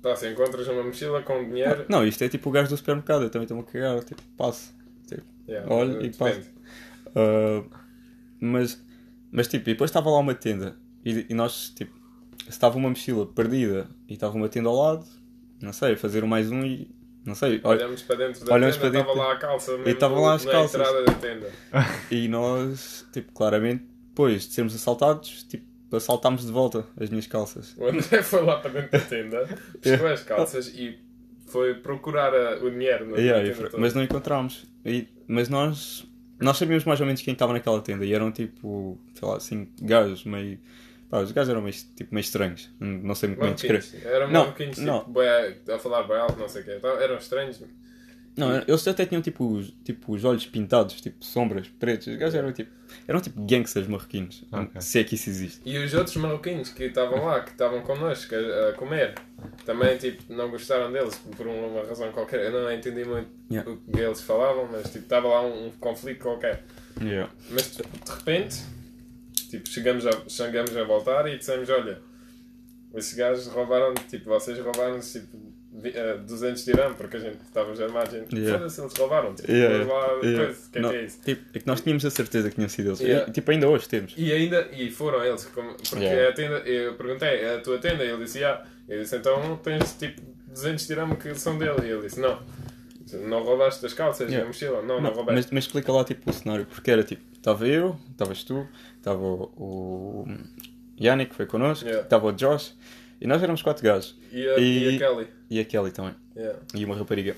A: Tá, se encontras uma mochila com dinheiro.
C: Não, isto é tipo o gajo do supermercado, eu também estou-me a cagar, tipo, passo. Tipo,
A: Yeah,
C: Olha, e
A: depende.
C: passa. ah, mas, mas, tipo, e depois estava lá uma tenda e, e nós, tipo, se estava uma mochila perdida e estava uma tenda ao lado, não sei, fazer um mais um e, não sei, olha,
A: Olhamos para dentro da
C: Olhamos
A: tenda,
C: para
A: estava
C: dentro.
A: lá a calça mesmo
C: tava lá as
A: na
C: calças.
A: entrada da tenda.
C: E nós, tipo, claramente, depois de sermos assaltados, tipo, assaltámos de volta as minhas calças.
A: O André foi lá para dentro da tenda, pescou as calças e foi procurar a- o dinheiro na
C: Yeah,
A: na
C: e
A: tenda
C: foi-
A: toda.
C: mas não encontrámos. E, mas nós, nós sabíamos mais ou menos quem estava naquela tenda e eram tipo, sei lá, assim, gajos meio. Pá, os gajos eram meio, tipo, meio estranhos. Não sei muito bem descrever.
A: Maluquinhos. Eram
C: Não,
A: maluquinhos,
C: não.
A: tipo, bué- a falar bem alto, não sei o quê. Então, eram estranhos.
C: Não, eles até tinham tipo os, tipo, os olhos pintados, tipo sombras, pretos. Os gajos eram tipo. Eram tipo gangsters marroquinos.
A: Ah,
B: Ok.
C: Se é que isso existe.
A: E os outros maluquinhos que estavam lá, que estavam connosco a, a comer, também, tipo, não gostaram deles por uma, uma razão qualquer. Eu não entendi muito
C: Yeah.
A: o que eles falavam, mas, tipo, estava lá um, um conflito qualquer.
C: Yeah.
A: Mas, de de repente, tipo, chegamos a, chegamos a voltar e dissemos, olha, esses gajos roubaram, tipo, vocês roubaram, tipo, vi- eh, 200 dirham, porque a gente estávamos armados. e,
C: Yeah.
A: Foda-se, eles roubaram, tipo,
C: Yeah,
A: vamos lá,
C: yeah.
A: coisa, o que é
C: Eh, Não,
A: que é isso?
C: Tipo, é que nós tínhamos a certeza que tinham sido eles.
A: Yeah.
C: E, tipo, ainda hoje temos.
A: E ainda, e foram eles, como- porque
C: Yeah.
A: a tenda, eu perguntei, é a tua tenda? E ele disse, ah. Eu disse, então tens tipo 200 dirham que são dele. E ele disse, não, não roubaste as calças e a
C: Yeah.
A: mochila, não, não,
C: Não,
A: roubaste.
C: mas, mas explica lá tipo o cenário, porque era tipo, estava eu, estavas tu, estava o, o Yannick, que foi connosco,
A: Yeah.
C: estava o Josh, e nós éramos quatro gajos,
A: E, a, e...
C: e-
A: a Kelly.
C: e a Kelly também,
A: Yeah.
C: e uma rapariga.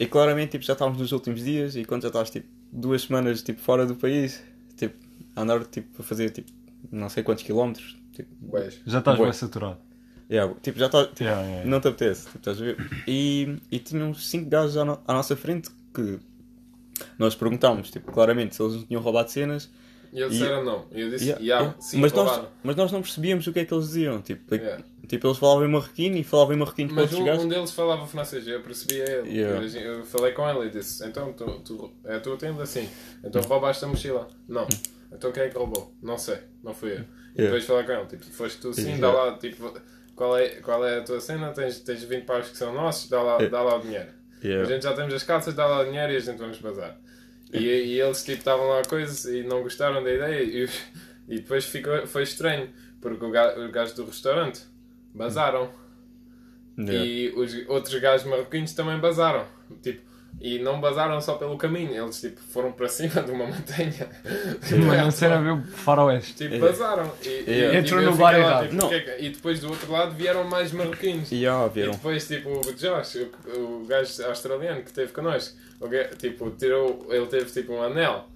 C: E claramente tipo, já estávamos nos últimos dias, e quando já estás tipo duas semanas tipo, fora do país, tipo, a andar tipo, a fazer tipo, não sei quantos quilómetros, tipo,
A: Beijo.
B: Já estás
C: Bué.
B: bem saturado.
C: yeah, tipo, já estás.
B: Yeah, yeah.
C: Não te apetece, tipo, estás a ver? E, e tinham uns 5 gajos à, no- à nossa frente que nós perguntámos, tipo, claramente, se eles nos tinham roubado cenas.
A: E eles
C: E-
A: disseram não. E eu disse,
C: Yeah,
A: yeah,
C: yeah.
A: sim,
C: mas,
A: roubaram.
C: nós, mas nós não percebíamos o que é que eles diziam. Tipo,
A: Yeah.
C: tipo eles falavam em marroquino e falavam em marroquino com
A: Mas
C: outros
A: um,
C: gajos.
A: um deles falava francês, eu percebia ele.
C: Yeah.
A: Eu, eu falei com ele e disse: Então, tu, tu, é a tua tenda? Sim. Então roubaste a mochila? Não.
C: Hum.
A: Então quem é que roubou? Não sei, não fui eu. E
C: Yeah.
A: depois falei com ele: tipo, Foste tu sim, dá lá, tipo, qual é, qual é a tua cena? Tens, tens 20 paus que são nossos, dá lá, dá lá o dinheiro.
C: Yeah.
A: A gente já temos as calças, dá lá o dinheiro e a gente vamos bazar. E, e eles tipo estavam lá a coisa e não gostaram da ideia e, e depois ficou, foi estranho, porque o ga- os gajos do restaurante bazaram.
C: Yeah.
A: é- E os outros gajos marroquinos também bazaram. Tipo, e não bazaram só pelo caminho, eles tipo, foram para cima de uma montanha.
B: Mas não sei, era mesmo faroeste.
A: Tipo, bazaram. E,
C: Yeah.
A: e,
B: Entrou
A: eu
B: no
A: fiquei
B: bar
A: lá,
B: errado.
A: tipo,
C: É. Não.
A: "O que é que-" E depois do outro lado vieram mais marroquinos.
C: E ah,
A: E
C: viram.
A: depois, tipo, o Josh, o, o gajo australiano que esteve connosco, o ga- tipo, tirou, ele teve, tipo, um anel.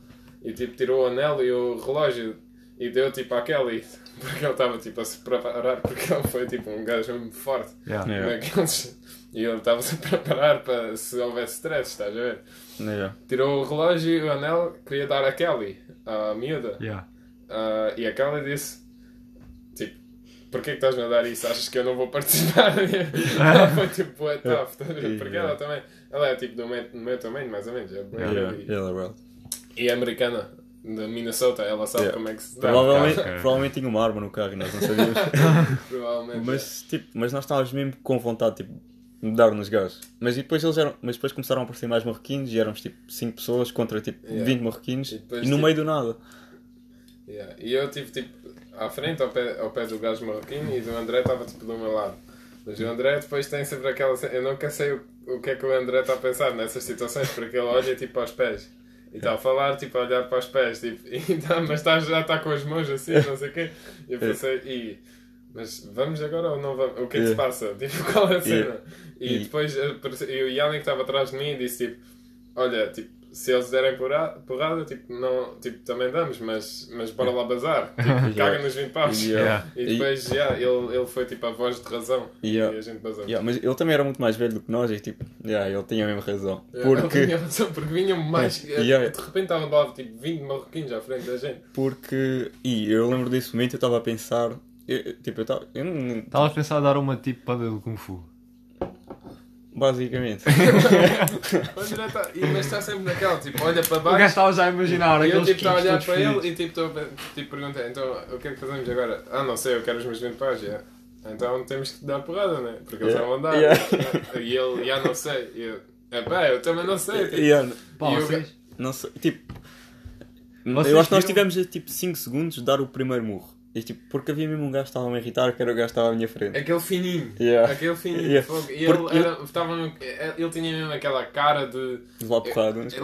A: E, tipo, tirou o anel e o relógio e deu, tipo, à Kelly. Porque ele estava, tipo, a se preparar, porque ele foi, tipo, um gajo muito forte.
B: Yeah.
C: Yeah.
A: Como é que eles- E ele estava-se a preparar para se houvesse stress, estás a ver?
C: Yeah.
A: Tirou o relógio e o anel, queria dar à Kelly, à miúda.
B: Yeah.
A: Ah, e a Kelly disse: Tipo, porquê que estás-me a dar isso? Achas que eu não vou participar? ela foi tipo, é tough, estás a ver? Porque ela também, ela é tipo do meu, do meu tamanho, mais ou menos. É bem
C: Yeah.
A: grande e-
C: Yeah, well.
A: E é americana, de Minnesota, ela sabe
C: Yeah.
A: como é que se dá.
C: Provavelmente,
B: cara.
C: provavelmente tinha uma arma no carro e nós não sabíamos.
A: Provavelmente.
C: mas, tipo, mas nós estávamos mesmo com vontade tipo, de dar nos gajos. Mas e depois eles eram. Mas depois começaram a aparecer mais marroquinos e éramos tipo 5 pessoas contra tipo
A: Yeah.
C: 20 marroquinos
A: E
C: e,
A: depois,
C: no
A: tipo-
C: meio do nada.
A: Yeah. E eu tive tipo à frente, ao pé, ao pé do gajo marroquino e do André estava tipo do meu lado. Mas o André depois tem sempre aquela. ce- Eu nunca sei o, o que é que o André está a pensar nessas situações, porque ele olha tipo aos pés. E está a falar, tipo, a olhar para os pés, tipo, e tá- mas tá, já está com as mãos assim, não sei o quê. E eu pensei, e, mas vamos agora ou não vamos? O que é que se
C: Yeah.
A: passa? Tipo, qual é a cena? E
C: E-
A: depois apareceu- e o Yannick estava atrás de mim e disse, tipo, olha, tipo, se eles derem porra- porrada, tipo, não, tipo, também damos, mas, mas bora lá bazar. Tipo,
C: Yeah.
A: caga nos 20 paus.
C: Yeah.
A: E depois, yeah, ele, ele foi tipo a voz de razão.
C: Yeah.
A: E a gente bazou.
C: Yeah, mas ele também era muito mais velho do que nós e tipo, yeah, ele tinha a mesma razão.
A: Yeah,
C: Porque, É,
A: ele tinha razão, porque vinham mais.
C: Yeah.
A: De repente estavam lá tipo 20 marroquinos à frente da gente.
C: porque, e eu lembro desse momento, eu estava a pensar, eu- tipo, eu estava, eu não-
B: Estavas a pensar a dar uma tipo para do Kung Fu.
C: basicamente,
A: Mas, já tá- e- mas está sempre naquela, tipo, olha para
B: O gajo
A: baixo.
B: estava já a imaginar
A: E eu
B: aqueles
A: tipo estou a olhar
B: todos
A: para ele
B: fedidos.
A: e tipo, estou a pe- tipo, pergunta, então o que é que fazemos agora? Ah, não sei, eu quero os meus 20 paus, yeah. Então temos que dar porrada, né? Porque eles
C: Yeah.
A: vão andar.
C: Yeah.
A: E ele, já não sei. E eu, é pá, eu também não sei. Tipo,
C: Yeah,
B: Pá,
A: e o
B: vocês-
C: não sei, tipo,
B: Vocês
C: eu acho que nós
B: viram-
C: tivemos tipo 5 segundos de dar o primeiro murro, e tipo, porque havia mesmo um gajo que estava a me irritar, que era o gajo que estava à minha frente.
A: Aquele fininho.
C: Yeah.
A: Aquele fininho.
C: Yeah.
A: fogo. E
C: Porque
A: ele, era, estava mesmo- eh, ele tinha mesmo aquela cara de.
C: De lá porrada. Tem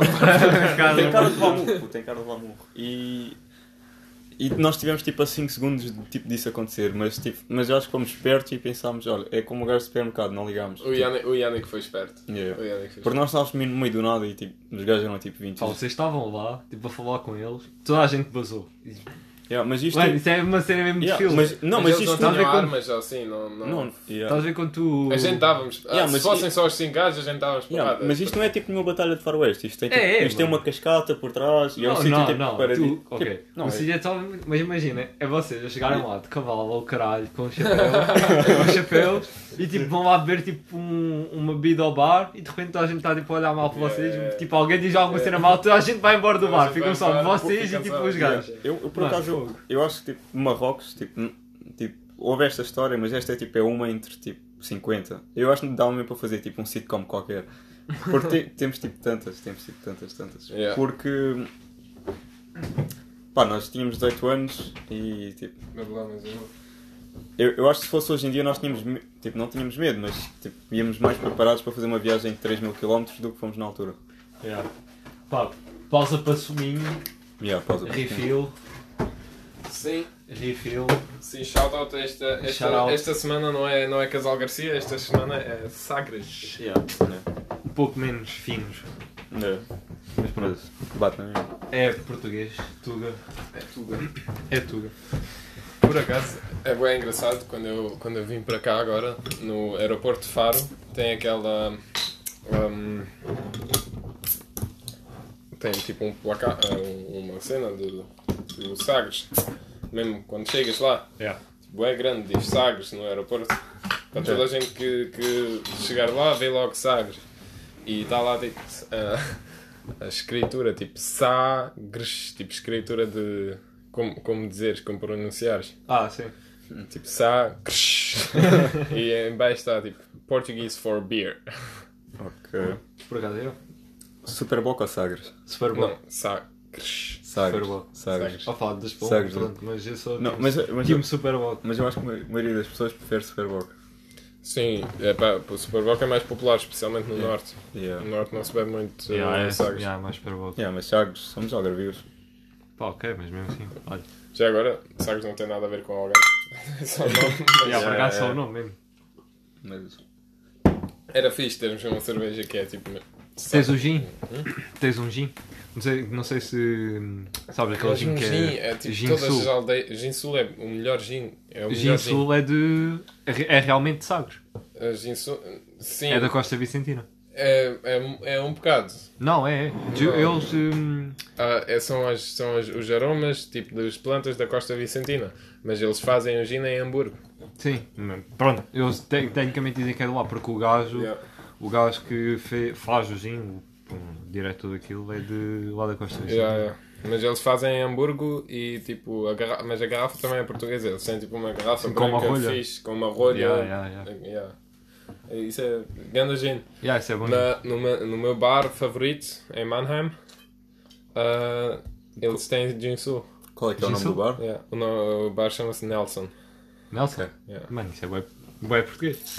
B: Cara,
C: cara de vamurro, tem cara de vamurro. E, e nós tivemos tipo a 5 segundos de, tipo, disso acontecer, mas, tipo, mas eu acho que fomos espertos e pensámos, olha, é como o gajo do supermercado, não ligámos.
A: o, Yannick, o Yannick foi esperto.
C: Yeah.
A: O Yannick foi
C: Porque nós estávamos no meio do nada e tipo, os gajos eram tipo 20.
B: Pá, vocês estavam lá, tipo, a falar com eles. Toda a gente basou.
C: Yeah, mas isto.
B: Mano, isso é uma cena mesmo de
C: Yeah,
B: filme.
C: mas, não, mas
A: eles
C: isto
A: não
B: tinha-
A: tinham
B: quando-
A: armas assim, não. não...
C: não, yeah.
B: Estás a ver quando tu...
A: A gente dávamos.
C: Yeah,
A: ah, se
C: mas
A: fossem
C: i-
A: só os 5 gajos, a gente dávamos porrada.
C: Yeah, mas isto não é tipo nenhuma batalha de faroeste, isto tem, tipo,
B: É, é,
C: isto tem
B: mano.
C: uma cascata por trás e é um
B: Não,
C: sítio
B: não,
C: tipo
B: não,
C: para
B: tu,
C: tipo,
B: ok.
C: não,
B: o
C: é-
B: sítio é só- mas imagina, é vocês a chegarem lá de cavalo ao caralho, com chapéus, com chapéus, e tipo vão lá beber tipo um- uma bebida ao bar, e de repente toda a gente está tipo a olhar mal para vocês,
A: Yeah.
B: tipo alguém diz alguma
A: Yeah.
B: cena mal, toda a gente vai embora do
A: Toda a
B: bar,
A: gente
B: ficam
A: vai
B: só
A: embora,
B: vocês e
A: ficam
B: tipo
A: só-
B: os
A: Yeah.
B: gajos.
C: Eu, eu, por
B: Mano,
C: acaso, eu,
B: fogo.
C: eu acho que tipo, Marrocos, tipo, n- tipo, houve esta história, mas esta é tipo, é uma entre tipo 50. Eu acho que dá mesmo para fazer tipo um sitcom qualquer. Porque te- temos tipo tantas, temos tipo tantas, tantas.
A: Yeah.
C: Porque. Pá, nós tínhamos 18 anos e tipo.
A: Não vou lá, mas é eu-
C: Eu, eu acho que se fosse hoje em dia nós tínhamos. me- Tipo, não tínhamos medo, mas tipo, íamos mais preparados para fazer uma viagem de 3 mil km do que fomos na altura.
B: Yeah. Pá, pausa para suminho,
C: Yeah, pausa.
B: refill,
A: Sim,
B: refill,
A: sim, shout out. Esta, esta,
B: Shout-out.
A: esta semana não é, não é Casal Garcia, esta semana é Sagres.
C: Yeah. É.
B: um pouco menos finos.
C: Yeah. Mas pronto, bate na minha.
B: É português, Tuga,
A: É tudo.
B: é Tuga.
A: Por acaso, é bem engraçado quando eu, quando eu vim para cá agora, no aeroporto de Faro, tem aquela. hum, tem tipo um placa, ah, uma cena do, do Sagres. Mesmo quando chegas lá,
B: Yeah.
A: tipo, é grande, diz Sagres no aeroporto. Para toda a gente que, que chegar lá, vê logo Sagres. E está lá tipo a, a escritura, tipo Sagres, tipo escritura de. Como, como dizeres, como pronunciares.
B: Ah, sim.
A: Tipo, sa, crsh. e em baixo está tipo, Portuguese for beer.
C: Ok.
B: Por acaso é eu?
C: Super Boca ou Sagres?
B: Super bom.
A: Não, sa, crsh.
C: Sagres.
B: Superboc.
C: Sagres.
A: Sagres.
B: Ao falar das
C: Sagres,
B: palmas, pronto, mas eu sou
C: Não,
B: time-
C: mas, mas,
B: time Super Bowl.
C: mas eu acho que a maioria das pessoas prefere Super Boca.
A: Sim, é pá, o Superboc é mais popular, especialmente no norte. No
C: Yeah.
A: norte não se bebe muito eh,
B: é,
A: Sagres.
B: yeah, mais Super Bowl.
C: Yeah, mas Sagres, somos algarvios.
B: Pá, ok, mas mesmo assim, olha.
A: Já agora, Sagres não tem nada a ver com alguém. É Só o nome. mas-
B: Yeah, por
C: yeah,
B: acaso só
C: yeah.
B: o nome mesmo.
C: Mas...
A: Era fixe termos uma cerveja que é tipo.
B: Tens o gin? Tens um gin? Não sei, não sei se hum, sabes aquele
A: Mas
B: gin
A: um
B: que
A: gin,
B: é...
A: é tipo
B: gin
A: todas as
B: sul.
A: aldeias. Gin Sul é o melhor gin. É o
B: Gin
A: melhor gin.
B: Sul é de... é re- É realmente de Sagres.
A: Eh, Gin Sul. Sim,
B: É da Costa Vicentina.
A: é, é, é um bocado.
B: Não, é. é. De-
A: Não.
B: Eles... hum,
A: Ah, é- são as, são as- os aromas tipo das plantas da Costa Vicentina, mas eles fazem o gin em Hamburgo.
B: Sim, pronto. Eles te- tecnicamente dizem que é de lá, porque o gajo... O gajo que fe- faz o gin, o, o diretor daquilo, é de lá da Costa Rica.
A: Yeah, yeah. Mas eles fazem em Hamburgo e tipo, a garra... mas a garrafa também é portuguesa. Eles têm tipo uma garrafa
B: Sim, com uma
A: branca
B: rolha.
A: fixe, com uma rolha. É,
B: Yeah, yeah,
A: Yeah. Isso é grande gin.
B: Yeah, isso é bom.
A: Na- no, meu, no meu bar favorito, em Mannheim, ah, eles têm gin sul.
C: Qual é que é o nome
B: Gin
C: do
B: Sul?
C: bar?
A: Yeah. O, no- o bar chama-se Nelson.
B: Nelson?
A: Yeah.
B: Mano, isso é bué, bué português.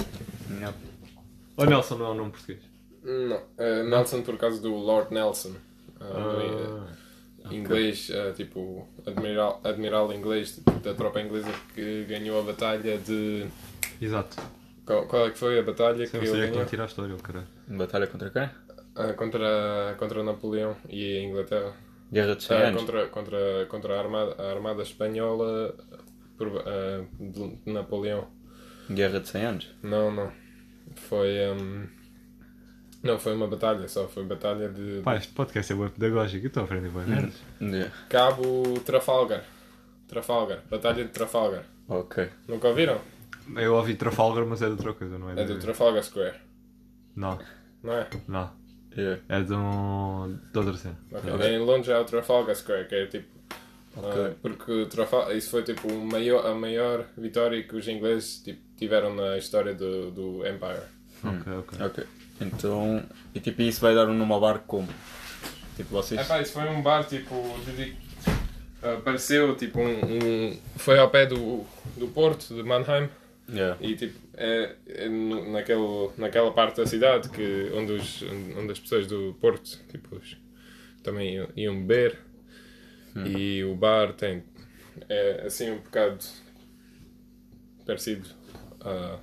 B: Ou Nelson não é um nome português?
A: Não, ah, Nelson por causa do Lord Nelson. Ah, no-
B: Ah,
A: inglês, eh, tipo, admiral, admiral inglês, tipo, da tropa inglesa que ganhou a batalha de.
B: exato.
A: Qual, qual é que foi a batalha
B: Sim,
A: que
B: você
A: ele
B: é que
A: ganhou?
B: não tira a história, o caralho.
C: Batalha contra quem?
A: Ah, contra, contra Napoleão e a Inglaterra.
C: Guerra de 100
A: Ah,
C: anos.
A: contra, contra, contra a, armada, a Armada Espanhola por, ah, de Napoleão.
C: Guerra de 100 anos.
A: Não, não. Foi. hum, não, foi uma batalha só. Foi batalha de,
B: Pá, este podcast é bem pedagógico. Eu estou a aprender bem merdas.
C: Yeah.
A: de Cabo Trafalgar. Trafalgar. Batalha de Trafalgar.
C: Ok.
A: Nunca ouviram?
B: Eu ouvi Trafalgar, mas é de outra coisa, não é?
A: É
B: de-
A: do Trafalgar Square.
B: Não,
A: Não é?
B: não.
C: Yeah.
B: É de um. de outra cena.
A: Ok. Em Londres é o Trafalgar Square, que é tipo.
C: Ok.
A: ah, porque o Trafal isso foi tipo o maior, a maior vitória que os ingleses tipo, tiveram na história do, do Empire.
B: Ok, ok.
C: É. Ok. Então. E tipo, isso vai dar um nome ao barco como? Tipo, vocês.
A: É pá, isso foi um bar tipo. dedi- Apareceu tipo um, um- Foi ao pé do, do Porto, de Mannheim,
C: Yeah.
A: e tipo. É, é no- naquele, naquela parte da cidade que, onde, os, onde as pessoas do Porto tipo, os- também iam, iam beber.
B: Hum.
A: E o bar tem. É assim um bocado. parecido a.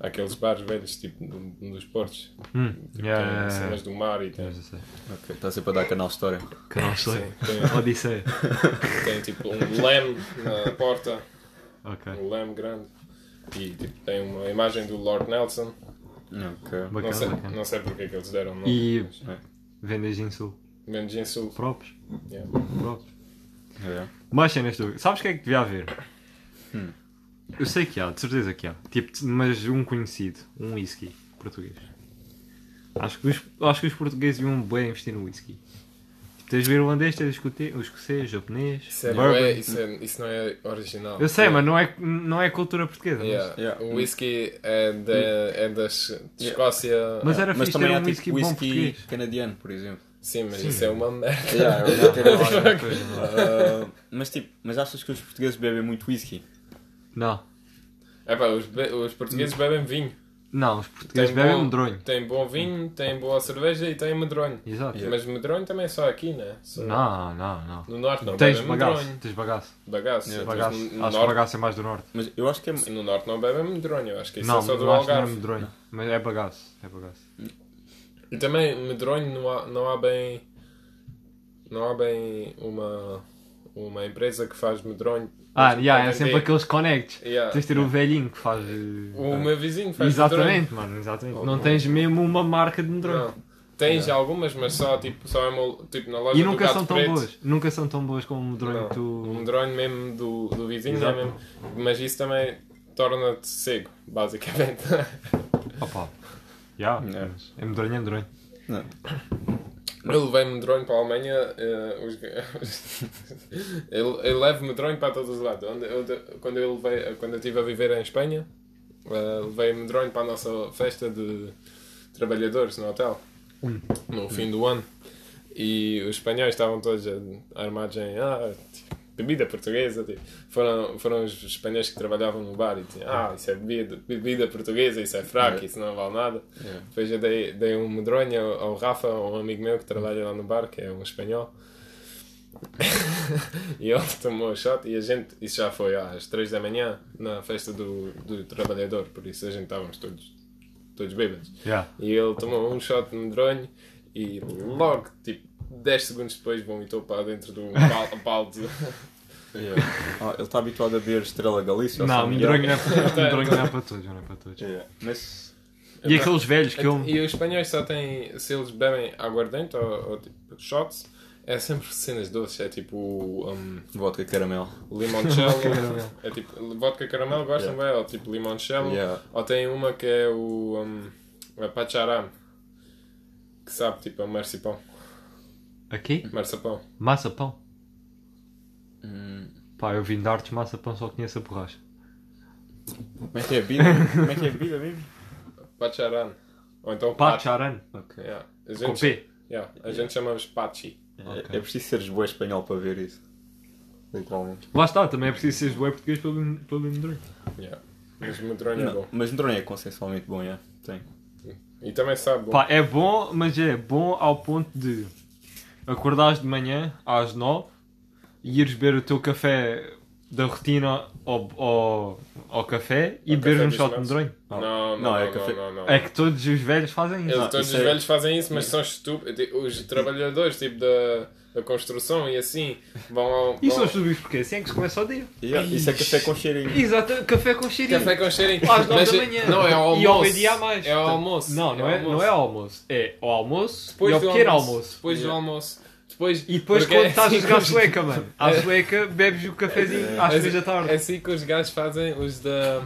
A: Aqueles bares velhos, tipo, do- dos portos.
B: Hum,
A: Tipo,
B: yeah,
A: tem
B: yeah, yeah.
A: cenas do mar e tem,
B: Eu já sei.
C: Ok. Está sempre a dar canal história.
B: Canal História.
A: tem-
B: Odisseia.
A: tem, tipo, um leme na porta.
B: Ok.
A: um leme grande e tipo, tem uma imagem do Lord Nelson.
C: Ok.
A: Não sei,
B: Bacana, bacana.
A: não sei porque é que eles deram o nome.
B: E
A: mas-
B: vendas em sul.
A: Menos em sul.
B: Próprios.
A: yeah.
B: Próprios.
C: Yeah.
B: Mais cenas do. Sabes o que é que devia haver?
C: Hum.
B: Eu sei que há, de certeza que há. Tipo, mas um conhecido. Um whisky português. Acho que os, acho que os portugueses iam bem investir no whisky. Tipo, tens o irlandês, tens o escote- o escocês, o japonês,
A: Isso, é,
B: bourbon.
A: não é, isso, é, isso não é original.
B: Eu sei,
A: Yeah.
B: mas não é, não é cultura portuguesa.
A: Yeah.
C: Yeah.
A: O whisky é, da é da Ch- de Escócia.
B: Mas, mas era
C: Mas
B: fixe
C: também
B: ter
C: há
B: um whisky
C: tipo
B: bom
C: whisky
B: português.
C: canadiano, por exemplo.
A: Sim, mas isso é uma merda.
C: Yeah,
B: Não,
C: Ah, mas tipo, mas achas que os portugueses bebem muito whisky?
B: não,
A: É pá, os, be- os
C: Hum.
A: portugueses bebem vinho.
B: não, os portugueses bebem um medronho.
A: Tem bom vinho, tem boa cerveja e tem medronho.
B: Exato.
A: Mas medronho também é só aqui, né? Só-
B: Não, não, não.
A: No norte não
B: Tens
A: bebem um
B: bagaço,
A: medronho.
B: tens bagaço.
A: Bagaço.
C: Yeah.
A: Mas
B: bagaço.
A: no- no
B: Acho que
A: norte-
B: bagaço é mais do norte.
C: Mas eu acho que é.
A: No norte não bebem medronho, eu acho que isso
B: não,
A: é só do
B: eu acho que não é
A: Algarve.
B: medronho. Mas é bagaço, é bagaço.
A: E também medronho não há, não há bem. Não há bem uma, uma empresa que faz medronho.
B: Ah,
A: Mas
B: yeah, é
A: podem
B: sempre
A: ver.
B: aqueles connects.
A: Yeah.
B: Tens de ter o velhinho que faz...
A: O
B: eh,
A: um meu vizinho faz medronho.
B: Exatamente, mano, exatamente. Não tens mesmo uma marca de um medronho.
A: Não. Tens algumas, mas só tipo, só é uma- tipo na loja
B: E
A: do
B: nunca
A: Gato
B: são tão
A: Preto.
B: boas. Nunca são tão boas como o medronho
A: Não. Um
B: que
A: O
B: tu...
A: medronho mesmo do, do vizinho
B: Exato.
A: é mesmo. Mas isso também torna-te cego, basicamente.
B: Opa. Yeah,
C: Yeah.
B: mas É medronho, é medronho.
C: Não.
A: Eu levei medronho para a Alemanha. eh, os- eu, eu levo medronho para todos os lados. Onde- onde- quando, eu levei, quando eu estive a viver em Espanha, eh, levei medronho para a nossa festa de trabalhadores no hotel, no fim do ano. E os espanhóis estavam todos armados em ah, tipo, bebida portuguesa. tipo. Foram, foram os espanhóis que trabalhavam no bar e diziam: Ah, isso é bebida, bebida portuguesa, isso é fraco, isso não vale nada.
C: Yeah.
A: Depois eu dei, dei um medronho ao, ao Rafa, um amigo meu que trabalha lá no bar, que é um espanhol. e ele tomou o shot e a gente, isso já foi às 3 da manhã, na festa do, do trabalhador, por isso a gente estávamos todos, todos bêbados.
B: Yeah.
A: E ele tomou um shot de medronho e logo, tipo, 10 segundos depois vomitou para dentro do bal- balde.
C: Yeah. Ah, ele está habituado a beber Estrela
A: Tá
C: Galícia? ou
B: Não,
C: São
A: um
B: medronho
C: Miguel?
B: não é para- medronho não é para todos, não é para todos.
C: Yeah. Mas.
B: E aqueles velhos que eu.
A: E os espanhóis só têm, se eles bebem aguardente ou, ou tipo, shots, é sempre cenas doces, é tipo um,
C: Vodka caramelo.
A: limoncello,
B: caramelo.
A: é tipo vodka caramelo, gostam bem, ou tipo limoncello,
C: Yeah.
A: ou tem uma que é o um, a pacharam, que sabe tipo a marcipão,
B: Aqui?
A: marçapão.
B: Massa pão.
C: Hum.
B: Pá, eu vim de artes, massa pão, só conheço a borracha.
C: Como é que é a vida? Como é que é a vida mesmo?
A: pacharam, ou então pachi.
B: Pacharan.
C: Ok.
A: Yeah. A
B: Com
A: gente,
B: P.
A: yeah, a gente chamamos pachi.
C: É, é preciso seres boa espanhol para ver isso. Literalmente.
B: Lá está, também é preciso seres bué português para beber para beber medronho.
A: Yeah. Mas medronho é
C: Não,
A: bom.
C: mas medronho é consensualmente bom, é? Tem.
A: E também sabe bom.
B: Pá, é bom, mas é bom ao ponto de acordares de manhã às 9 e ires beber o teu café da rotina ao, ao, ao café e
A: Ao
B: beber
A: café
B: um
A: dos
B: shot de
A: maços.
B: medronho.
A: Não, não,
C: não,
A: não,
C: é
A: não,
C: café.
A: não, não.
B: É que todos os velhos fazem isso.
A: Eles, todos
C: isso
A: os
C: é-
A: velhos fazem isso, mas são estúpidos. Tipo, Os trabalhadores, tipo, da, da construção e assim, vão ao...
B: E são
A: vão-
B: estúpidos porque assim é que se começa o dia.
C: Yeah, isso é café com cheirinho.
B: Exato, café com cheirinho.
A: Café com cheirinho.
B: Às nove
A: Mas
B: da
A: é-
B: manhã.
A: Não, é ao almoço.
B: E ao meio-dia há mais.
A: É ao almoço.
B: Não, não é,
A: ao
B: não é ao almoço. É ao almoço
A: Depois
B: e ao
A: do
B: pequeno
A: almoço.
B: almoço.
A: Depois do almoço. Depois...
B: E depois
A: Porque
B: quando
A: é
B: estás a
A: assim
B: jogar
A: que os-
B: sueca, mano. À sueca bebes o cafezinho às
A: É
B: três
A: assim-
B: da tarde.
A: É assim que os gajos fazem, os da.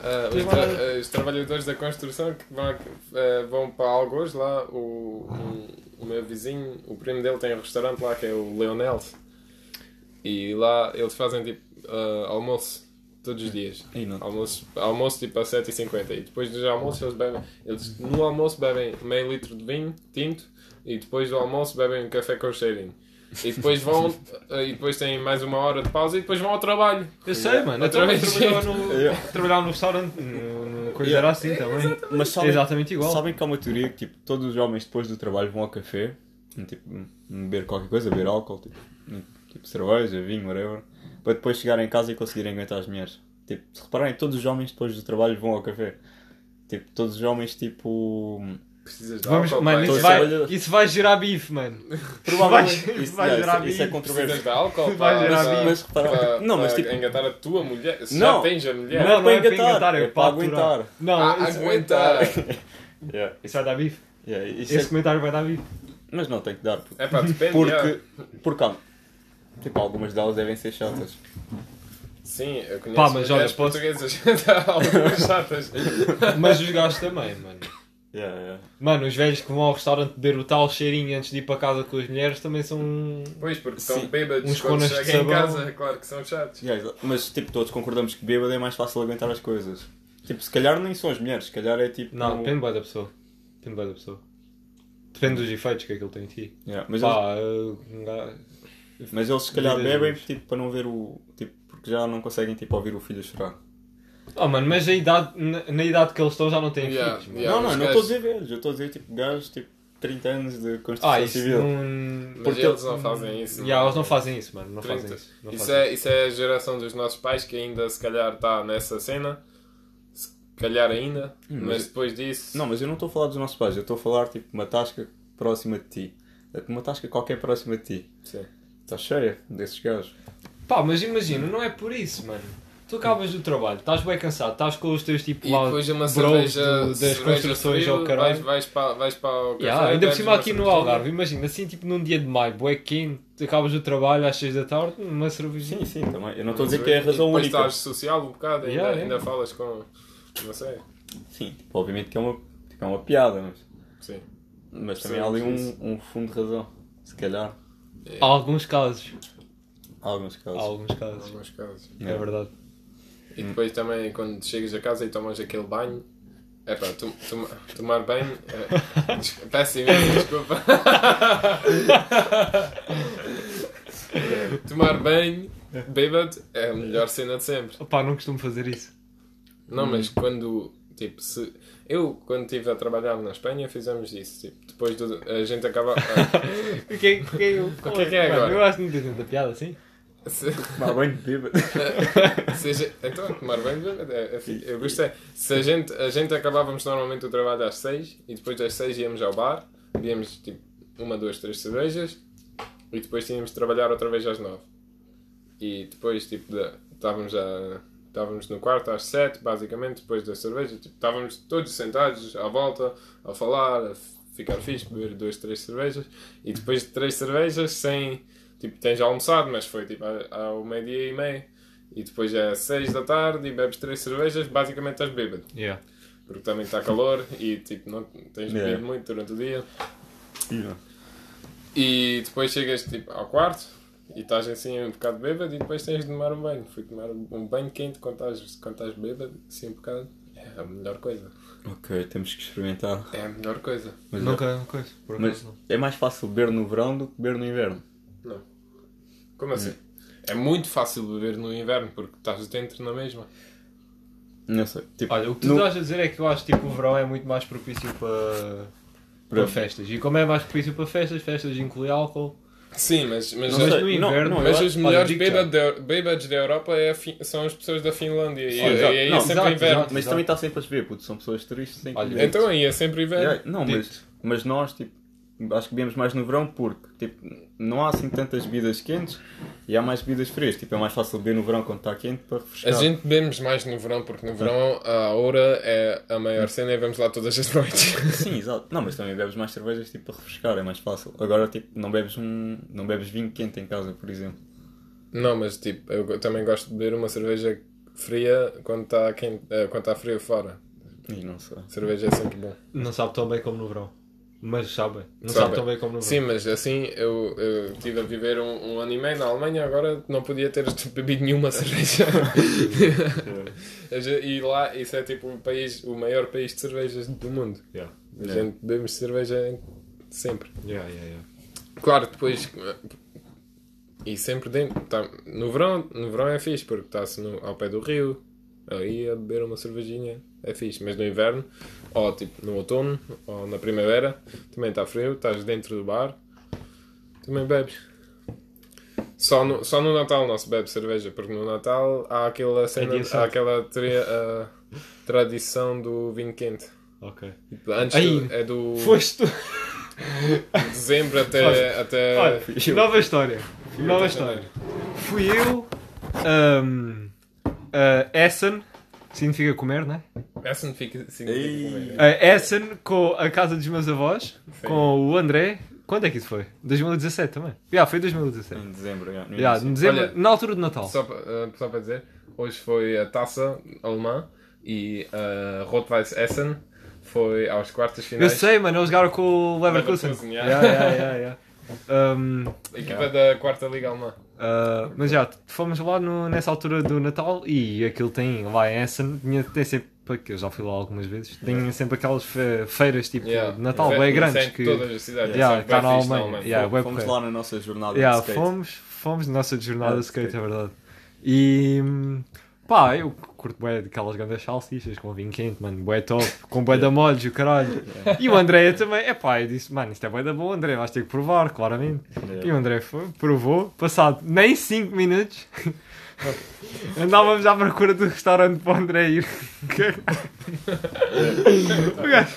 A: ah, os, tra- ah, os trabalhadores da construção que vão, ah, vão para Algoz, lá o, o, o meu vizinho, o primo dele tem um restaurante lá que é o Leonel. E lá eles fazem tipo ah, almoço todos os dias.
C: Ih, não.
A: Almoço, almoço tipo às 7h50. E depois dos almoços eles bebem. Eles no almoço bebem meio litro de vinho tinto e depois do almoço bebem um café com cheirinho. E depois vão. e depois têm mais uma hora de pausa e depois vão ao trabalho.
B: Eu sei, mano. Eu
A: Outra
B: também
A: vez.
B: trabalhava Então, no,
C: Yeah.
B: trabalhava no restaurante. No, no coisa
C: Yeah.
B: era assim também.
C: Mas
B: É
C: sabem,
B: exatamente igual.
C: sabem que há uma teoria que tipo, todos os homens depois do trabalho vão ao café tipo, beber qualquer coisa, beber álcool, tipo, tipo cerveja, vinho, whatever, para depois chegarem em casa e conseguirem aguentar as mulheres. Tipo, se repararem, todos os homens depois do trabalho vão ao café. Tipo, todos os homens, tipo.
A: Precisas de
B: Vamos,
C: Ah,
A: álcool.
B: mano,
A: pai.
B: isso
C: Todos
B: vai,
C: trabalhadores.
B: isso vai gerar bife, mano.
C: Provavelmente.
B: Vai-
C: Isso,
B: vai
C: yeah,
B: gerar
C: isso- isso é
B: bife.
A: Precisas
C: controverso.
A: de álcool
B: Vai
A: para-
B: gerar
A: para-
B: bife.
C: Mas repara-
A: para-
C: não, mas
A: para
C: tipo-
A: engatar a tua mulher. Se já
C: Não.
A: tens a mulher.
B: Não, não é para
C: engatar,
B: engatar, é
C: é
B: para
C: para
B: aturar.
C: aguentar.
B: Não,
A: Ah,
B: isso- é
A: aguenta.
C: Yeah,
B: Isso vai dar bife.
C: yeah, isso é-
B: Esse comentário vai dar bife.
C: Mas não tem que dar, puto.
A: É pá, depende. já.
C: porque. Porque há. Tipo, algumas delas devem ser chatas.
A: Sim, eu conheço
B: Pá, mas olha,
A: mulheres
B: posso-
A: portuguesas algumas chatas.
B: Mas os gajos também, mano.
C: Yeah, yeah.
B: Mano, os velhos que vão ao restaurante beber o tal cheirinho antes de ir para casa com as mulheres também são. um-
A: Pois, porque estão
C: Sim.
A: bêbados
B: Uns
A: quando
B: conas de
A: chegam em
B: sabão.
A: casa, claro que são chatos.
C: Yeah, exa- mas tipo, todos concordamos que bêbado é mais fácil aguentar as coisas. Tipo, se calhar nem são as mulheres, se calhar é tipo.
B: Não, depende bem da pessoa. Depende bem da pessoa. Depende dos efeitos que aquilo tem em ti.
C: Yeah, mas, eles,
B: Pá, eu- um gajo-
C: mas eles se calhar
B: Vidas
C: bebem
B: duras.
C: tipo, para não ver o. Tipo, porque já não conseguem tipo, ouvir o filho a chorar.
B: Oh, mano, mas a idade, na, na idade que eles estão já não têm
A: Yeah,
B: filhos, mano.
A: yeah,
C: não, não,
A: os
C: não estou a
A: gajos-
C: dizer velhos, eu estou a dizer tipo gajos tipo 30 anos de construção
B: Ah, isso
C: civil.
B: não.
A: Mas
C: Porque
A: eles não fazem isso.
B: Yeah,
A: não.
B: eles não fazem isso, mano. Não
A: 30.
B: fazem isso. Não
A: Isso
B: fazem.
A: é, isso é a geração dos nossos pais que ainda se calhar está nessa cena. Se calhar ainda.
C: Hum,
A: mas,
C: mas-
A: depois disso.
C: Não, mas eu não estou a falar dos nossos pais, eu estou a falar tipo uma tasca próxima de ti. É Uma tasca qualquer próxima de ti.
A: Sim.
C: Está cheia desses gajos.
B: Pá, mas imagina, não é por isso, mano. Tu acabas do trabalho, estás bem cansado, estás com os teus tipo
A: E
B: lá.
A: depois de uma
B: bros
A: cerveja,
B: de- das
A: cerveja
B: construções
A: frio,
B: ao caralho.
A: Vais, vais para, vais para o café,
B: Yeah, ainda por
A: bebes
B: cima
A: uma
B: aqui no
A: cerveja.
B: Algarve, imagina, assim tipo num dia de maio, bué quente, tu acabas o trabalho às 6 da tarde, uma cervejinha.
C: Sim, sim, também. Eu não estou a dizer que é a razão
A: E depois
C: única.
A: estás social um bocado, ainda,
B: Yeah,
A: ainda
B: yeah.
A: falas com. Não sei.
C: Sim, tipo, obviamente que é uma, tipo, é uma piada, mas,
A: Sim.
C: mas
A: Sim,
C: também há ali
A: sim.
C: um, um fundo de razão. Se calhar,
B: Há alguns casos,
C: há alguns
B: há
C: casos.
B: alguns
A: Em
B: casos,
A: alguns casos.
B: é verdade.
A: E depois também quando chegas a casa e tomas aquele banho. É pá, tu, tu- tomar banho. É, des- peço imensa desculpa. É, tomar banho, bêbado, é a melhor cena de sempre.
B: Pá, não costumo fazer isso.
A: Não, mas quando. Tipo, se. Eu, quando estive a trabalhar na Espanha, fizemos isso. Tipo, depois do. A gente acaba. ah, a-
B: O que é que é,
A: O que é que é agora?
B: Eu acho que não tem tanta piada assim.
A: se-
C: Tomar banho de bêbado.
A: Se a gente- então, tomar banho, é- é fi- eu gostei. Se a gente, a gente acabávamos normalmente o trabalho às seis e depois das seis íamos ao bar, bebíamos tipo uma, duas, três cervejas e depois tínhamos de trabalhar outra vez às nove. E depois, tipo, da- estávamos a. Estávamos no quarto às sete, basicamente, depois da cerveja. Tipo, estávamos todos sentados à volta, a falar, a f- ficar fixe, beber duas, três cervejas. E depois de três cervejas, sem. Tipo, tens almoçado, mas foi tipo a- ao meio-dia e meio. E depois é seis da tarde e bebes três cervejas, basicamente estás bêbado.
B: Yeah.
A: Porque também está calor e tipo, não tens bebido
C: Yeah.
A: muito durante o dia.
C: Yeah.
A: E depois chegas tipo, ao quarto e estás assim um bocado bêbado e depois tens de tomar um banho. Fui tomar um banho quente quando estás, quando estás bêbado, assim um bocado. É a melhor coisa.
C: Ok, temos que experimentar.
A: É a melhor coisa.
C: Mas, é,
B: Nunca, coisa, por
C: mas
B: acaso não.
C: é mais fácil beber no verão do que beber no inverno.
A: Não. Como assim? É muito fácil beber no inverno porque estás dentro na mesma.
C: Não sei. Tipo,
B: Olha, o que tu
C: no-
B: estás a dizer é que eu acho que tipo, o verão é muito mais propício para, para
C: Para-
B: festas. E como é mais propício para festas, festas incluem álcool.
A: Sim, mas, mas,
B: Mas
C: sei,
B: no
C: não,
B: inverno,
C: não,
A: mas
C: eu-
A: os
C: olha,
A: melhores
C: digo-te já.
A: bêbados da, bêbados da Europa é a Fin- são as pessoas da Finlândia. E,
C: Sim, exato.
A: e aí é
C: Não,
A: sempre
B: exato,
A: inverno.
B: exato.
C: Mas também está sempre a chover, puto. São pessoas tristes sem
B: Olha,
C: que-
A: Então aí é sempre inverno.
C: Yeah, não, mas, mas nós, tipo, acho que bebemos mais no verão porque, tipo, não há assim tantas bebidas quentes e há mais bebidas frias. Tipo, é mais fácil beber no verão quando está quente para
A: A
C: refrescar.
A: gente bebemos mais no verão, porque no verão a hora é a maior cena e vamos lá todas as noites.
C: Sim, exato. Não, mas também bebes mais cervejas, tipo, para refrescar. É mais fácil. Agora, tipo, não bebes um... Não bebes vinho quente em casa, por exemplo.
A: Não, mas tipo, eu go- também gosto de beber uma cerveja fria quando está quente, eh, quando está frio fora.
C: E não sei.
A: Cerveja é sempre bom.
B: Não sabe tão bem como no verão. Mas sabe. Não sabe,
A: Sabe.
B: tão bem como no verão.
A: Sim, mas assim, eu, eu tive a viver um, um ano e meio na Alemanha, agora não podia ter bebido nenhuma cerveja. A gente- e lá, isso é tipo o país, o maior país de cervejas do mundo.
B: Yeah.
A: A gente bebemos cerveja em- sempre.
B: Yeah, yeah, yeah.
A: Claro, depois. eh, E sempre dentro. tá- no, verão, no verão é fixe, porque está-se no- ao pé do rio, aí a beber uma cervejinha, é fixe. Mas no inverno, ou tipo no outono, ou na primavera, também está frio, estás dentro do bar, também bebes. Só no, só no Natal não se bebe cerveja, porque no Natal há aquela cena,
B: dia santo.
A: há aquela tri- a tradição do vinho quente.
B: Ok.
A: Antes
B: Ai,
A: do- é do
B: Foste tu.
A: dezembro até. até...
B: Olha,
C: É, fui eu.
B: nova história.
A: até
B: Nova história.
A: janeiro.
B: Fui eu. ahm, a Essen. Significa comer, né?
A: Essa não fica assim
C: Ei.
A: significa comer.
B: A Essen É, com a casa dos meus avós. Com o André. Quando é que isso foi? 2017 também. Já, foi 2017.
C: Em dezembro, já. no
B: Já,
C: início.
B: em dezembro,
A: Olha,
B: na altura do Natal.
A: Só, pa- eh, só para dizer, hoje foi a taça alemã e a Rot-Weiß Essen foi aos quartos
B: Eu
A: finais.
B: sei, mano, eles jogaram com o Leverkusen.
A: Leverkusen,
B: Já,
A: já.
B: já, já, já. Ahm,
A: A equipa da quarta liga alemã.
B: ah, Um, mas já, fomos lá no- nessa altura do Natal e aquilo tem lá em Essen, tinha, tem sempre, porque eu já fui lá algumas vezes, tem sempre aquelas fe- feiras tipo
A: Yeah.
B: de Natal,
A: Fe-
B: bem grandes.
A: Sente
B: Que,
A: todas as cidades.
B: Yeah,
A: Sente
B: cá
A: bem
B: na
A: fixe
B: Alemanha.
A: Alemanha.
B: Yeah, web
C: Fomos
B: correct.
C: lá na nossa jornada
B: Yeah,
C: de skate.
B: fomos, fomos na nossa jornada
C: Ah,
B: de skate, é
C: skate.
B: verdade. E pá, eu curto bué daquelas grandes salsichas com vinho quente, mano, bué top, com bué da molhos, o caralho. E o André também, é pá, eu disse, mano, isto é bué da bom, André, vais ter que provar, claramente.
A: É.
C: Yeah.
B: E o André foi, provou, passado nem 5 minutos, andávamos à procura do restaurante para o André ir. o gajo.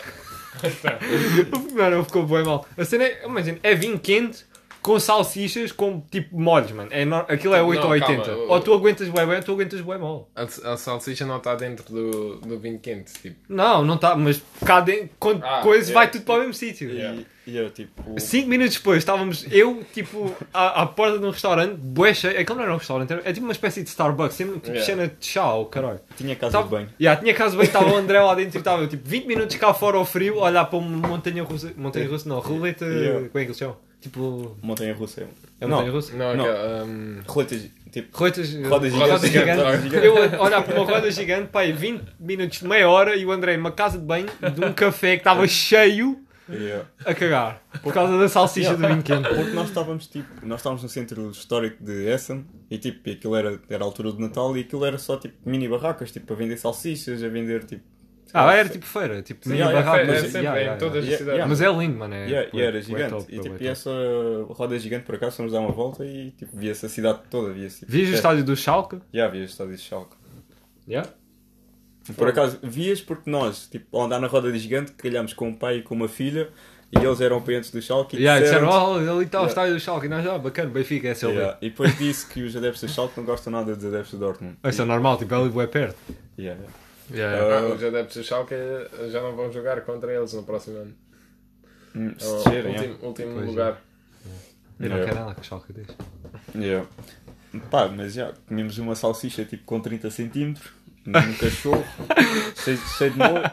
B: Não, não ficou bem mal. A cena é, imagina, é vinho quente com salsichas com tipo molhos, mano. É enorme. Aquilo é
A: Não,
B: 8 ou 80.
A: calma, eu-
B: Ou tu aguentas bué bem ou tu aguentas bué mal.
A: A, a salsicha não está dentro do, do vinho quente. Tipo.
B: Não, não está, mas cá dentro, quando
A: Ah,
B: coisa,
A: é.
B: vai tudo para o mesmo sítio.
C: E,
A: Yeah.
C: e eu, tipo...
B: 5 minutos depois estávamos eu, tipo, à, à porta de um restaurante, bué cheio. Aquilo não era um restaurante, era, é tipo uma espécie de Starbucks, sempre tipo
A: Yeah.
B: cena de chá, o caralho.
C: Tinha casa
B: Tava,
C: de banho.
B: Yeah, tinha caso bem, estava o André lá dentro e estava eu, tipo 20 minutos cá fora ao frio, a olhar para uma montanha russa. Montanha russa não, roleta.
C: Yeah.
B: Como é que eles chamam? Tipo.
C: Montanha-russa.
B: É
C: não,
B: montanha russa?
A: Não,
C: Não.
A: aquela, hum,
C: roletas, tipo...
B: Roletas,
C: Roda gigante.
B: roda gigante.
A: Roda
C: gigante.
B: Eu a- olhar para uma roda gigante, pai, 20 minutos, meia hora e o André numa casa de banho de um café que estava cheio
C: Yeah.
B: a cagar por causa da salsicha do vinho quente.
C: Porque nós estávamos tipo, nós estávamos no centro histórico de Essen e tipo, aquilo era, era a altura do Natal e aquilo era só tipo mini barracas, tipo, a vender salsichas, a vender tipo.
B: Ah, era tipo feira, tipo mini
C: yeah,
B: barraco,
A: é,
C: mas-
A: é
B: mas-
A: sempre
B: yeah,
A: em
B: yeah,
A: todas
B: yeah.
A: as
C: Yeah,
A: cidades.
C: yeah.
B: Mas é lindo, mano. É,
C: E yeah, e
B: bué-
C: era
B: bué
C: gigante.
B: top,
C: e
B: bué
C: tipo,
B: top.
C: e essa roda gigante por acaso fomos dar uma volta e tipo, via-se a cidade toda, via-se. Tipo,
B: Vias o
C: é,
B: estádio do Schalke?
C: Yeah, via o estádio de Schalke.
B: Yeah.
C: Por acaso, vias porque nós, tipo, ao andar na roda gigante, calhámos com um pai e com uma filha e eles eram clientes do Schalke e
B: Yeah, disseram,
C: disseram-nos-
B: oh, ali está o
C: Yeah.
B: estádio do Schalke, e nós, ah, bacana, Benfica, é SLB.
C: Yeah, E depois disse que os adeptos do Schalke não gostam nada dos adeptos do Dortmund.
B: Isso é normal, tipo, é ali bué perto.
C: Yeah.
B: Yeah.
A: Ah, os adeptos do Schalke eh, já não vão jogar contra eles no próximo ano.
C: Hum,
A: É o
C: Se descerem, yeah.
A: último, último
B: Coisa.
A: lugar.
B: Eu não
C: Yeah.
B: quero nada que o Schalke diz. é.
C: Yeah. Pá, mas já, comemos uma salsicha tipo com 30 centímetros, num cachorro, cheio, cheio de molho,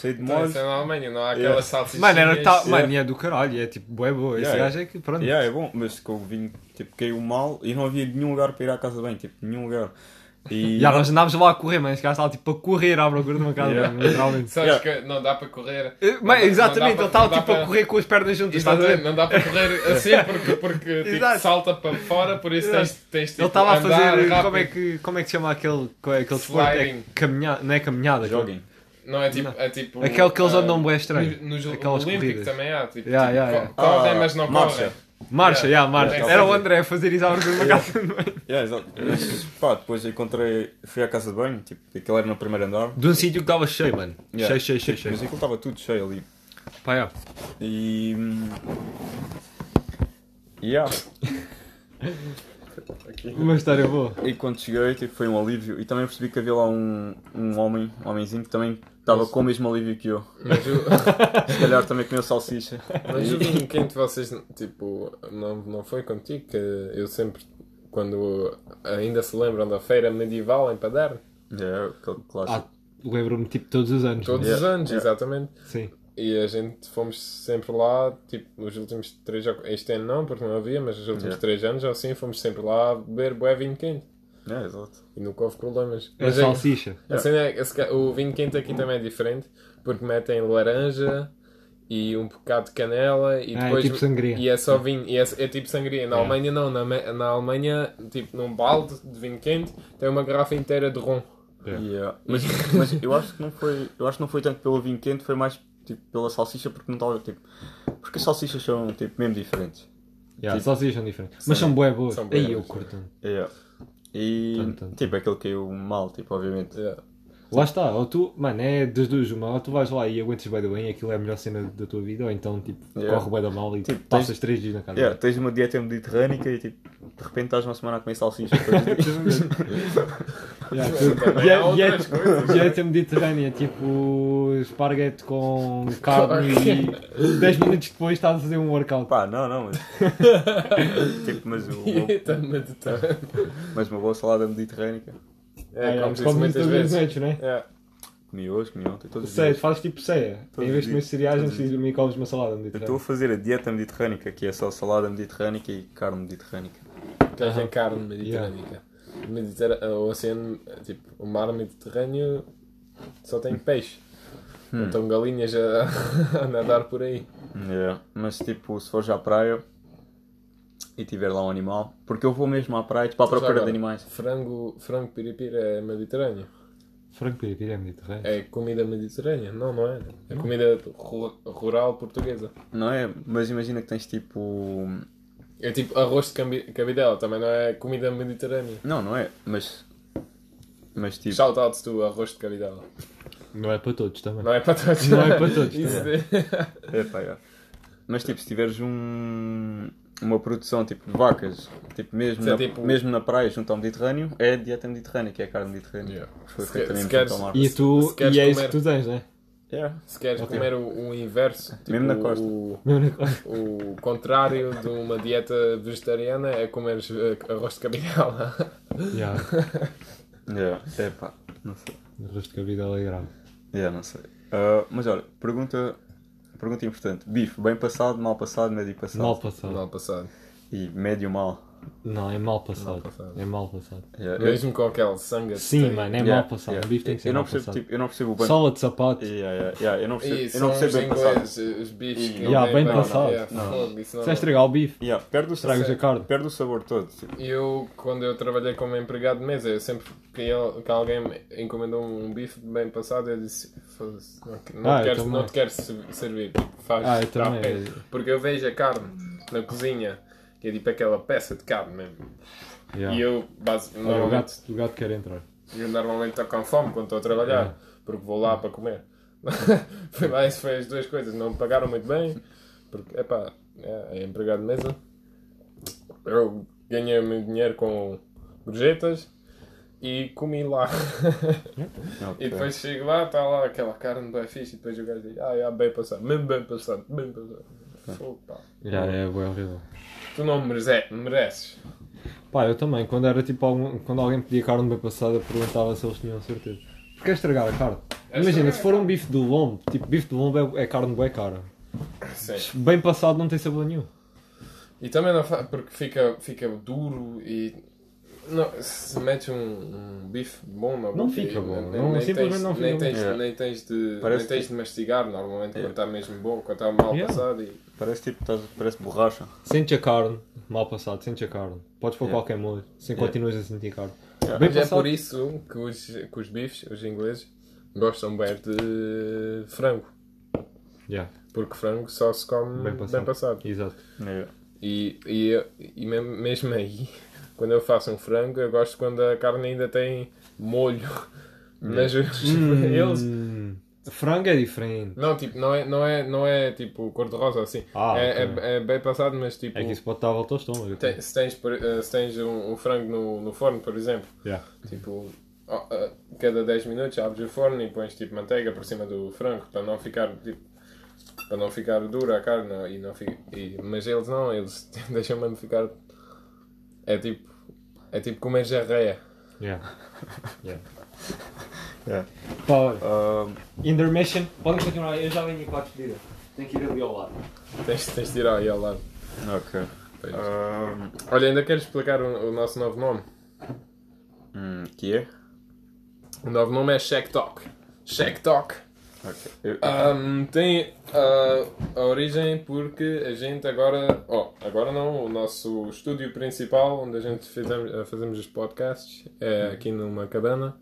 C: cheio de
A: Então,
C: molho.
A: isso é na Alemanha, não há aquela
C: Yeah.
A: salsicha.
B: Mano, era tal,
C: yeah.
B: mano, e é do caralho, é tipo, bué boa. Esse
C: Yeah,
B: gajo é que, pronto.
C: Yeah, é bom, mas com o vinho tipo, caiu mal e não havia nenhum lugar para ir à casa bem, tipo, nenhum lugar. E
B: Yeah, nós andámos lá a correr, mas esse gajo estava tipo a correr à procura de uma casa,
C: Yeah.
B: literalmente.
A: Sabes
C: Yeah.
A: que não dá para correr.
B: Eh, Mas, exatamente, ele estava tipo
A: para
B: a correr com as pernas juntas, estás a
A: Exatamente,
B: ver?
A: não dá para correr assim porque, porque tipo,
B: Exato.
A: salta para fora, por isso tens, tens tipo,
B: Ele estava a
A: andar
B: fazer,
A: rápido.
B: como é, que, como é que se chama aquele, qual é aquele desporto? É
A: Sliding.
B: caminhada, não é caminhada.
C: joguem.
A: Não, é tipo...
B: Não.
A: É tipo
B: Aquele que eles
A: ah,
B: andam bué estranho.
A: No, no
B: Aquelas
A: Olímpico
B: corridas.
A: também há, tipo,
B: Yeah,
A: tipo,
B: yeah,
A: co- correm,
C: yeah.
A: mas não
C: Marcha.
A: correm.
B: Marcha, yeah, marcha.
C: yeah,
B: Era o
C: calça.
B: André a fazer exauros numa casa de banho.
C: Yeah, exato. Mas pá, depois encontrei, fui à casa de banho, tipo, aquilo era no primeiro andar.
B: De um sítio que estava cheio, mano.
C: Yeah. Tipo,
B: Cheio, cheio, cheio,
C: Mas
B: cheio.
C: aquilo estava tudo cheio ali.
B: Pá, yeah.
C: E. hum, Yeah.
B: Uma história boa.
C: E quando cheguei, tipo, foi um alívio. E também percebi que havia lá um, um homem, um homenzinho, que também estava com o mesmo alívio que eu.
A: Mas o,
C: Se calhar também comeu salsicha.
A: mas o vinho quente vocês, tipo, não, não foi contigo que eu sempre, quando ainda se lembram da feira medieval em Paderno,
C: É, aquele
B: Ah,
C: clássico.
B: lembro-me tipo todos os anos.
A: todos os
C: Yeah,
A: anos,
C: yeah.
A: exatamente.
B: Sim.
A: E a gente fomos sempre lá, tipo, nos últimos três ou Este ano não, porque não havia, mas nos últimos
C: Yeah.
A: três anos ou assim, fomos sempre lá beber bué vinho quente.
C: É, exato.
A: E nunca houve problemas.
B: A
A: é-
B: salsicha.
A: a cena é que esse ca- o vinho quente aqui também é diferente, porque metem laranja e um bocado de canela e
B: Ah, é
A: depois.
B: tipo sangria.
A: E é só vinho, e é, é tipo sangria. Na Alemanha não, na, Me- na Alemanha, tipo num balde de vinho quente, tem uma garrafa inteira de rum.
C: Yeah. Mas, mas eu acho que não foi. Eu acho que não foi tanto pelo vinho quente, foi mais tipo pela salsicha porque não estava tipo. Porque as salsichas são tipo mesmo diferentes.
B: Yeah,
C: Tipo-
B: salsichas são diferentes. Mas são bué boas.
A: São bué
B: Aí eu
A: boas,
B: curto.
C: Yeah. E
B: Tum, tum, tum.
C: tipo aquele caiu mal, tipo, obviamente.
A: Yeah.
B: Lá está, ou tu, mano, é das duas uma, ou tu vais lá e aguentas bem do bem, aquilo é a melhor cena da tua vida, ou então tipo,
C: Yeah.
B: corre bem da mal e
C: Tipo,
B: passas
C: tens-
B: três dias na casa.
C: Yeah, tens uma dieta mediterrânica e tipo, de repente estás uma semana a comer salsicha. depois-
B: Yeah,
A: Também há
B: yeah,
A: outras coisas,
C: né?
B: dieta, dieta mediterrânea, é tipo esparguete com carne e 10 minutos depois estás a fazer um workout.
C: Pá, não, não, mas. tipo, mas, o,
A: Dieta mediterrânea.
C: mas uma boa salada mediterrânica.
A: É,
B: Ah,
A: comes isso
B: comes
A: muitas
B: todos os
A: vezes.
B: noites, né?
A: É.
C: Comi hoje, comi ontem, todos os
B: Ceia,
C: dias.
B: fazes tipo ceia.
C: Todos
B: em vez de comer
C: os dias,
B: cereais,
C: todos
B: antes
C: os
B: de dormir, comes uma salada
C: Eu estou a
B: mediterrânea.
C: fazer a dieta mediterrânica, que é só salada mediterrânica e carne mediterrânica.
A: Tens a carne mediterrânica. Mediter- O oceano, tipo, o mar Mediterrâneo só tem peixe.
C: Hum.
A: Então galinhas a, a nadar por aí.
C: Yeah. Mas tipo, se fores à praia e tiver lá um animal, porque eu vou mesmo à praia, tipo, à procura de
A: agora,
C: animais.
A: Frango, frango piripira é mediterrâneo.
B: Franco piripiri é mediterrâneo.
A: É comida mediterrânea. Não, não é. É
C: Hum.
A: comida ru- rural portuguesa.
C: Não é? Mas imagina que tens tipo.
A: É tipo arroz de cambi- cabidela. Também não é comida mediterrânea.
C: Não, não é, mas. Mas tipo.
A: Shout out to arroz de cabidela.
B: Não é para todos também.
A: Não é para todos.
B: Não é para todos,
A: Isso
B: também.
C: É pá, é. Mas tipo, se tiveres um, uma produção tipo de vacas, tipo mesmo,
A: Isso é
C: na,
A: tipo-
C: mesmo na praia junto ao Mediterrâneo, é a dieta mediterrânea, que é a carne mediterrânea.
A: Yeah.
C: que Foi
A: Se
C: feita
A: que-
C: mesmo
A: se queres-
C: junto ao mar.
B: E, tu,
A: se queres
B: e é isso
A: comer-
B: que tu tens, né?
C: Yeah.
A: Se queres
C: Ok.
A: comer o, o inverso, tipo,
C: Mesmo na costa.
A: o-
B: Meu único-
A: O contrário de uma dieta vegetariana é comeres eh, arroz de cabidela.
B: Yeah.
C: Yeah. É pá, não sei.
B: Arroz de cabidela é grave.
C: Yeah, não sei. Ah, mas olha, pergunta, pergunta importante: bife, bem passado, mal passado, médio passado?
B: Mal passado.
A: Não, passado.
C: E médio mal.
B: Não, é mal passado.
A: passado.
B: É mal passado.
C: Yeah. Eu-
A: Mesmo com assim. aquela sanga. que
B: Sim,
A: tem.
B: mano, é
C: yeah,
B: mal passado.
C: yeah.
B: O bife tem que ser
C: eu não
B: mal
C: percebo,
B: passado.
C: tipo, eu não percebo bem.
B: Sola de sapato.
C: Yeah, yeah, yeah, Eu não percebo,
A: E
C: eu não
A: são os
C: percebo bem passado.
A: ingleses, os bifes. que
C: E-
A: não
B: Yeah,
A: têm
B: bem passado. é
A: Yeah,
C: Não.
A: fogo, isso não-
B: Se vais estragar o bife,
C: Yeah, perde, o
B: estragas a
C: sabor,
B: carne.
C: perde o sabor todo. tipo.
A: Eu, quando eu trabalhei como empregado de mesa, eu sempre que, ele- que alguém me encomendou um bife bem passado, eu disse: "Foda-se, não, que- não,
B: Ah,
A: te
B: eu
A: queres- não
B: também.
A: te quero se- servir, faz
B: Ah, eu
A: dá
B: também.
A: pé." Porque eu vejo a carne na cozinha, que é tipo aquela peça de carne mesmo.
B: Yeah.
A: E eu, base-
B: Olha, o,
A: normalmente,
B: gato, o gato quer entrar.
A: Eu normalmente estou com fome quando estou a trabalhar, porque vou lá para comer. foi lá, isso foi as duas coisas. Não me pagaram muito bem, porque, epá, é, é empregado de mesa. Eu ganhei o meu dinheiro com gorjetas e comi lá.
C: Ok.
A: e depois chego lá, está lá aquela carne bem fixe, e depois o gajo diz, ah, já, bem passado, mesmo bem passado, bem passado. Fogo, pá.
B: Yeah, é bué horrível.
A: Tu não merece- mereces.
B: Pá, eu também. Quando era tipo algum- quando alguém pedia carne bem passada, perguntava se eles tinham certeza. Porque é estragar a carne.
A: É
B: Imagina,
A: estragar
B: se
A: a
B: for um bife de lombo, tipo, bife de lombo é, é carne bué cara.
A: Sim.
B: Bem passado não tem sabor nenhum.
A: E também não faz, porque fica, fica duro e. Não, se metes um, um bife bom na boca.
B: Não fica
A: e
B: bom,
A: Nem,
B: não-
A: nem
B: simplesmente
A: tens,
B: não fica
A: nem
B: bom.
A: tens,
C: Yeah.
A: nem tens de,
C: É. Parece
A: nem tens
C: que- É.
A: de mastigar normalmente quando está mesmo bom, quando está mal
B: Yeah.
A: passado. E...
C: Parece tipo, estás- parece borracha.
B: Sente a carne, mal passado, sente a carne. Podes pôr
C: Yeah.
B: qualquer molho, sem
C: Yeah.
B: continuas a sentir carne.
C: Yeah.
B: Bem
A: É. Mas é
B: passado.
A: por isso que os, que os bifes, os ingleses, gostam bem de frango.
B: Yeah,
A: Porque frango só se come
B: Bem
A: bem
B: passado.
A: passado.
B: exato.
C: Yeah.
A: E, e, eu- e me- mesmo aí, quando eu faço um frango, eu gosto quando a carne ainda tem molho. Mas os- eles.
B: Hum, frango é diferente.
A: Não, tipo, não é, não é, não é tipo cor-de-rosa assim.
B: Ah,
A: é,
B: ok.
A: é, é bem passado, mas tipo.
B: É que isso pode estar à volta ao estômago.
A: Tem- se tens, por- eh, se tens um, um frango no, no forno, por exemplo,
B: Yeah.
A: tipo, ó, eh, cada 10 minutos abres o forno e pões tipo manteiga por cima do frango para não ficar tipo, para não ficar dura a carne e não fica, e- mas eles não, eles deixam mesmo ficar é tipo é tipo comer jarreia.
B: Yeah.
C: Yeah.
B: Pá, olha.
C: Ah,
B: Intermission. Podem continuar, eu já venho para a despedida. Tenho que ir ali ao lado.
A: Tens, tens de ir aí ao lado.
C: ok.
A: Pois.
C: Ah,
A: Olha, ainda quero explicar o, o nosso novo nome.
C: hum, que é?
A: O novo nome é Shack Talk. Shack Talk.
C: Ok. Eu-
A: Ahm, Ah, tem ah, a origem porque a gente agora. Oh, agora não, o nosso estúdio principal onde a gente fizemos- ah, fazemos os podcasts
C: Uhum.
A: é aqui numa cabana,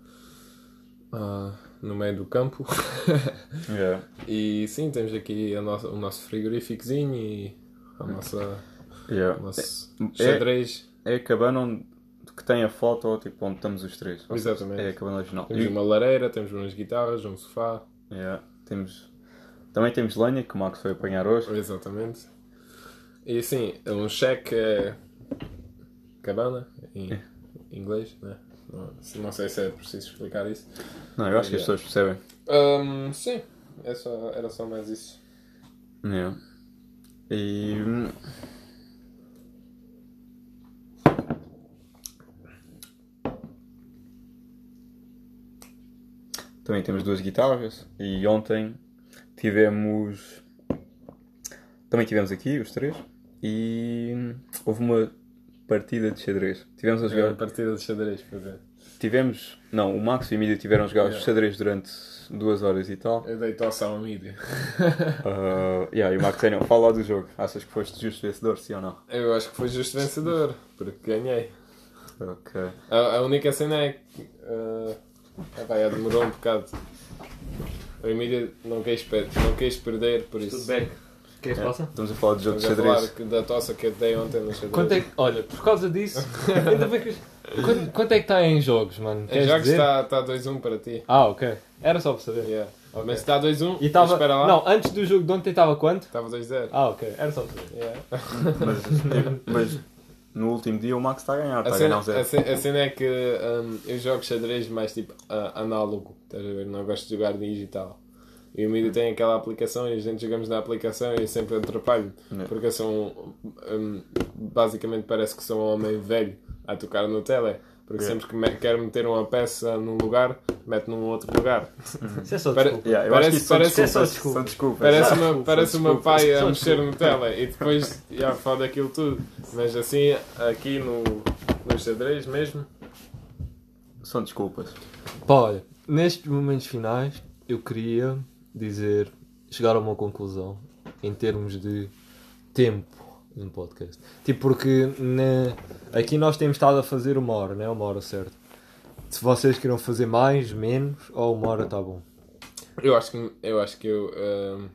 A: ah, no meio do campo.
C: Yeah.
A: e sim, temos aqui a nossa, o nosso frigoríficozinho e a nossa, o
C: Yeah.
A: nosso
C: É-
A: xadrez.
C: É a cabana onde que tem a foto tipo, onde estamos os três. Ou seja,
A: Exatamente.
C: É a cabana original.
A: Temos uma lareira, temos umas guitarras, um sofá.
C: Yeah. É, Temos... Também temos lenha que o Max foi apanhar hoje.
A: Exatamente. E assim, um cheque é cabana em inglês, né? Não, se- não sei se é preciso explicar isso.
C: Não, eu acho que as
A: Yeah.
C: pessoas percebem.
A: Ahm, sim, é só- era só mais isso.
C: Yeah. E. hum, Também temos duas guitarras e ontem tivemos. Também tivemos aqui os três e hum, houve uma partida de xadrez. Tivemos a
A: Jogar É, a
C: jogar. um
A: partida de xadrez, por exemplo.
C: Tivemos. Não, o Max e a Mídia tiveram a jogar
A: Yeah.
C: xadrez durante duas horas e tal.
A: Eu dei tosse ao mídia.
C: Ah, yeah, e o Max Daniel, fala lá do jogo. Achas que foste justo vencedor, sim ou não?
A: Eu acho que foi justo vencedor, porque ganhei.
C: Ok.
A: A, a única cena é que. ah, epá, já demorou um bocado. A mídia não quis, pe- não quis perder, por isso.
B: Tudo bem. Queres é que passa?
C: Estamos a falar de jogo de
A: Estamos a falar
C: xadrez.
A: que- da tosse que eu dei ontem no xadrez.
B: Quanto é que, olha, por causa disso, ainda bem que. os- Quanto, quanto é que está em jogos, tá. mano? Queres
A: Já que
B: dizer?
A: está, está 2-1 para ti.
B: Ah, ok. Era só para saber.
A: Yeah. Mas está 2-1,
B: E estava.
A: espera lá.
B: Não, antes do jogo de ontem estava quanto?
A: Estava 2-0.
B: Ah, ok. Era só para saber.
A: Yeah.
C: Mas no último dia o Max está a ganhar,
A: A,
C: está a
A: cena,
C: ganhar um
A: a,
C: zero.
A: cena, a cena é que hum, eu jogo xadrez mais tipo a- análogo, estás a ver? Não gosto de jogar digital. E o Mídia tem aquela aplicação e a gente jogamos na aplicação e eu sempre atrapalho
C: Yeah.
A: porque eu sou um, um, basicamente parece que sou um homem velho a tocar no tele. Porque
C: Yeah.
A: sempre que me, quero meter uma peça num lugar, meto num outro lugar.
B: Isso é só
A: Espera-
B: desculpa.
C: Yeah, eu
A: Parece-
C: acho que isso são
A: parece-
C: desculpas.
B: é só desculpa.
C: São desculpas.
A: Parece
C: Yeah.
A: uma, parece uma
C: desculpas.
A: paia a
B: Só
A: mexer no tela e depois já foda aquilo tudo. Mas assim, aqui no, no xadrez mesmo.
C: São desculpas.
B: Pá, olha, nestes momentos finais eu queria dizer, chegar a uma conclusão em termos de tempo no podcast. Tipo, porque na- aqui nós temos estado a fazer uma hora, né? Uma hora certa. Se vocês queiram fazer mais, menos, ou uma hora está bom.
A: Eu acho que eu. Acho que eu ahm,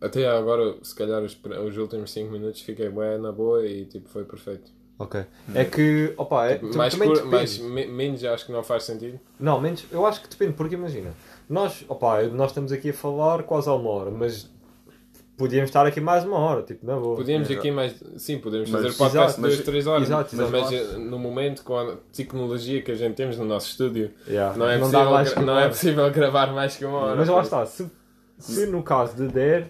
A: até agora, se calhar, os, pre- os últimos 5 minutos fiquei bem na boa e tipo, foi perfeito.
B: Ok. É que, opa, é, tam-
A: Hum. Tipo, Mais,
B: também
A: cur-
B: depende.
A: mais me- menos acho que não faz sentido.
B: Não, menos, eu acho que depende, porque imagina, nós, opa, nós estamos aqui a falar quase a uma hora, mas podíamos estar aqui mais uma hora, tipo, na boa.
A: Podíamos
C: Exato.
A: aqui mais. Sim, podemos
C: Mas-
A: fazer podcast
B: Exato,
A: de 2,
C: mas-
A: 3 horas.
B: exato,
A: mas,
B: exato.
A: eh, no momento, com a tecnologia que a gente temos no nosso estúdio,
B: Yeah.
A: não é,
B: Não dá
A: possível,
B: mais
A: gra-
B: que uma
A: não é
B: hora.
A: possível gravar mais que uma hora.
B: Mas lá
A: por
B: está, se, se no caso de der,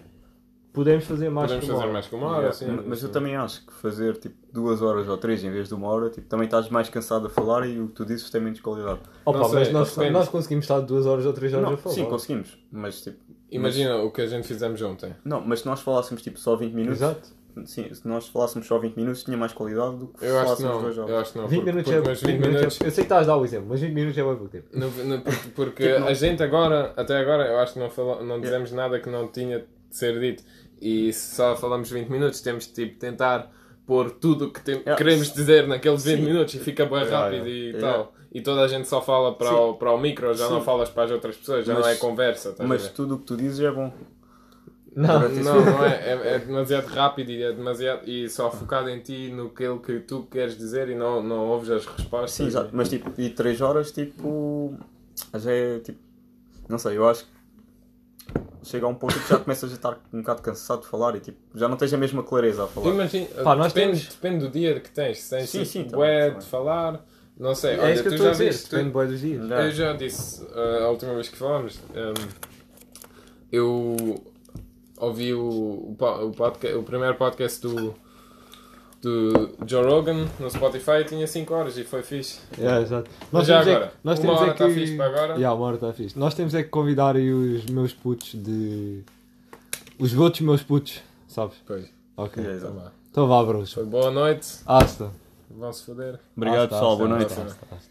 B: podemos fazer mais
A: Podemos
B: que uma
A: fazer
B: hora.
A: mais que uma hora, assim,
C: Yeah.
A: sim.
C: Mas eu também acho que fazer tipo duas horas ou três em vez de uma hora, tipo, também estás mais cansado a falar e o que tu dizes tem menos qualidade.
B: Opa,
A: Não sei,
B: mas nós,
A: depende.
B: nós conseguimos estar duas horas ou três horas
C: Não,
B: a falar.
C: sim, conseguimos. Mas tipo.
A: Imagina o que a gente fizemos ontem.
C: Não, mas se nós falássemos tipo só 20 minutos.
B: Exato.
C: Sim, se nós falássemos só 20 minutos tinha mais qualidade do que
A: Eu acho que
C: falássemos
A: não.
C: duas horas.
A: Eu acho que não.
B: 20
A: porque-
B: minutos
A: porque,
B: é.
A: mas
B: 20 minutos é- Eu sei que estás a dar o exemplo, mas 20 minutos é bem pouco tempo.
A: no- no- porque porque
C: Tipo,
A: a gente agora, até agora, eu acho que não, fala, não dizemos nada que não tinha de ser dito. E se só falamos 20 minutos, temos de tipo, tentar pôr tudo o que tem-
C: Yeah.
A: queremos dizer naqueles 20 minutos e fica bem
C: Yeah,
A: rápido e
C: yeah.
A: tal. E toda a gente só fala para,
C: Sim.
A: o, para o micro, já não
C: Sim.
A: falas para as outras pessoas, já não
C: Mas-
A: é conversa. estás a
C: Mas
A: ver?
C: tudo o que tu dizes é bom.
A: Não, não, não é, é, é demasiado rápido e é demasiado e só focado em ti no que, que tu queres dizer e não, não ouves as respostas.
C: Sim, exato. Mas tipo, e 3 horas, tipo. Já é tipo. Não sei, eu acho que. Chega a um ponto que já começas a estar um bocado cansado de falar e tipo, já não tens a mesma clareza a falar.
A: Imagina,
B: Pá, nós
A: depende,
B: temos-
A: depende do dia que tens, se tens
C: Sim, sim,
A: bué
C: também,
A: de
C: também.
A: falar, não sei.
B: É
A: Olha,
B: isso que eu
A: tu
B: estou a
A: já
B: dizer,
A: viste, Uhum. tu-
B: depende bué dos dias.
C: Já.
A: Eu já disse eh, a última vez que falámos. ehm, eu ouvi o, o, po- o, podca- o primeiro podcast do, do Joe Rogan no Spotify e tinha 5 horas e foi fixe.
B: Yeah, exato.
A: Mas
B: Nós
A: já
B: temos é
A: agora,
B: que, nós
A: uma
B: temos
A: hora
B: é que...
A: tá fixe para agora?
B: Yeah, uma hora está fixe. Nós temos é que convidar aí os meus putos de... Os outros meus putos, sabes?
A: Pois,
B: Ok.
C: Yeah,
A: então
C: é, exato.
A: vá.
B: Então vá, bros.
A: Foi boa noite,
B: Asta.
A: vão se foder.
C: Obrigado,
B: Asta,
C: pessoal. Boa
A: Ah,
B: asta,
C: noite.
B: asta, asta, asta.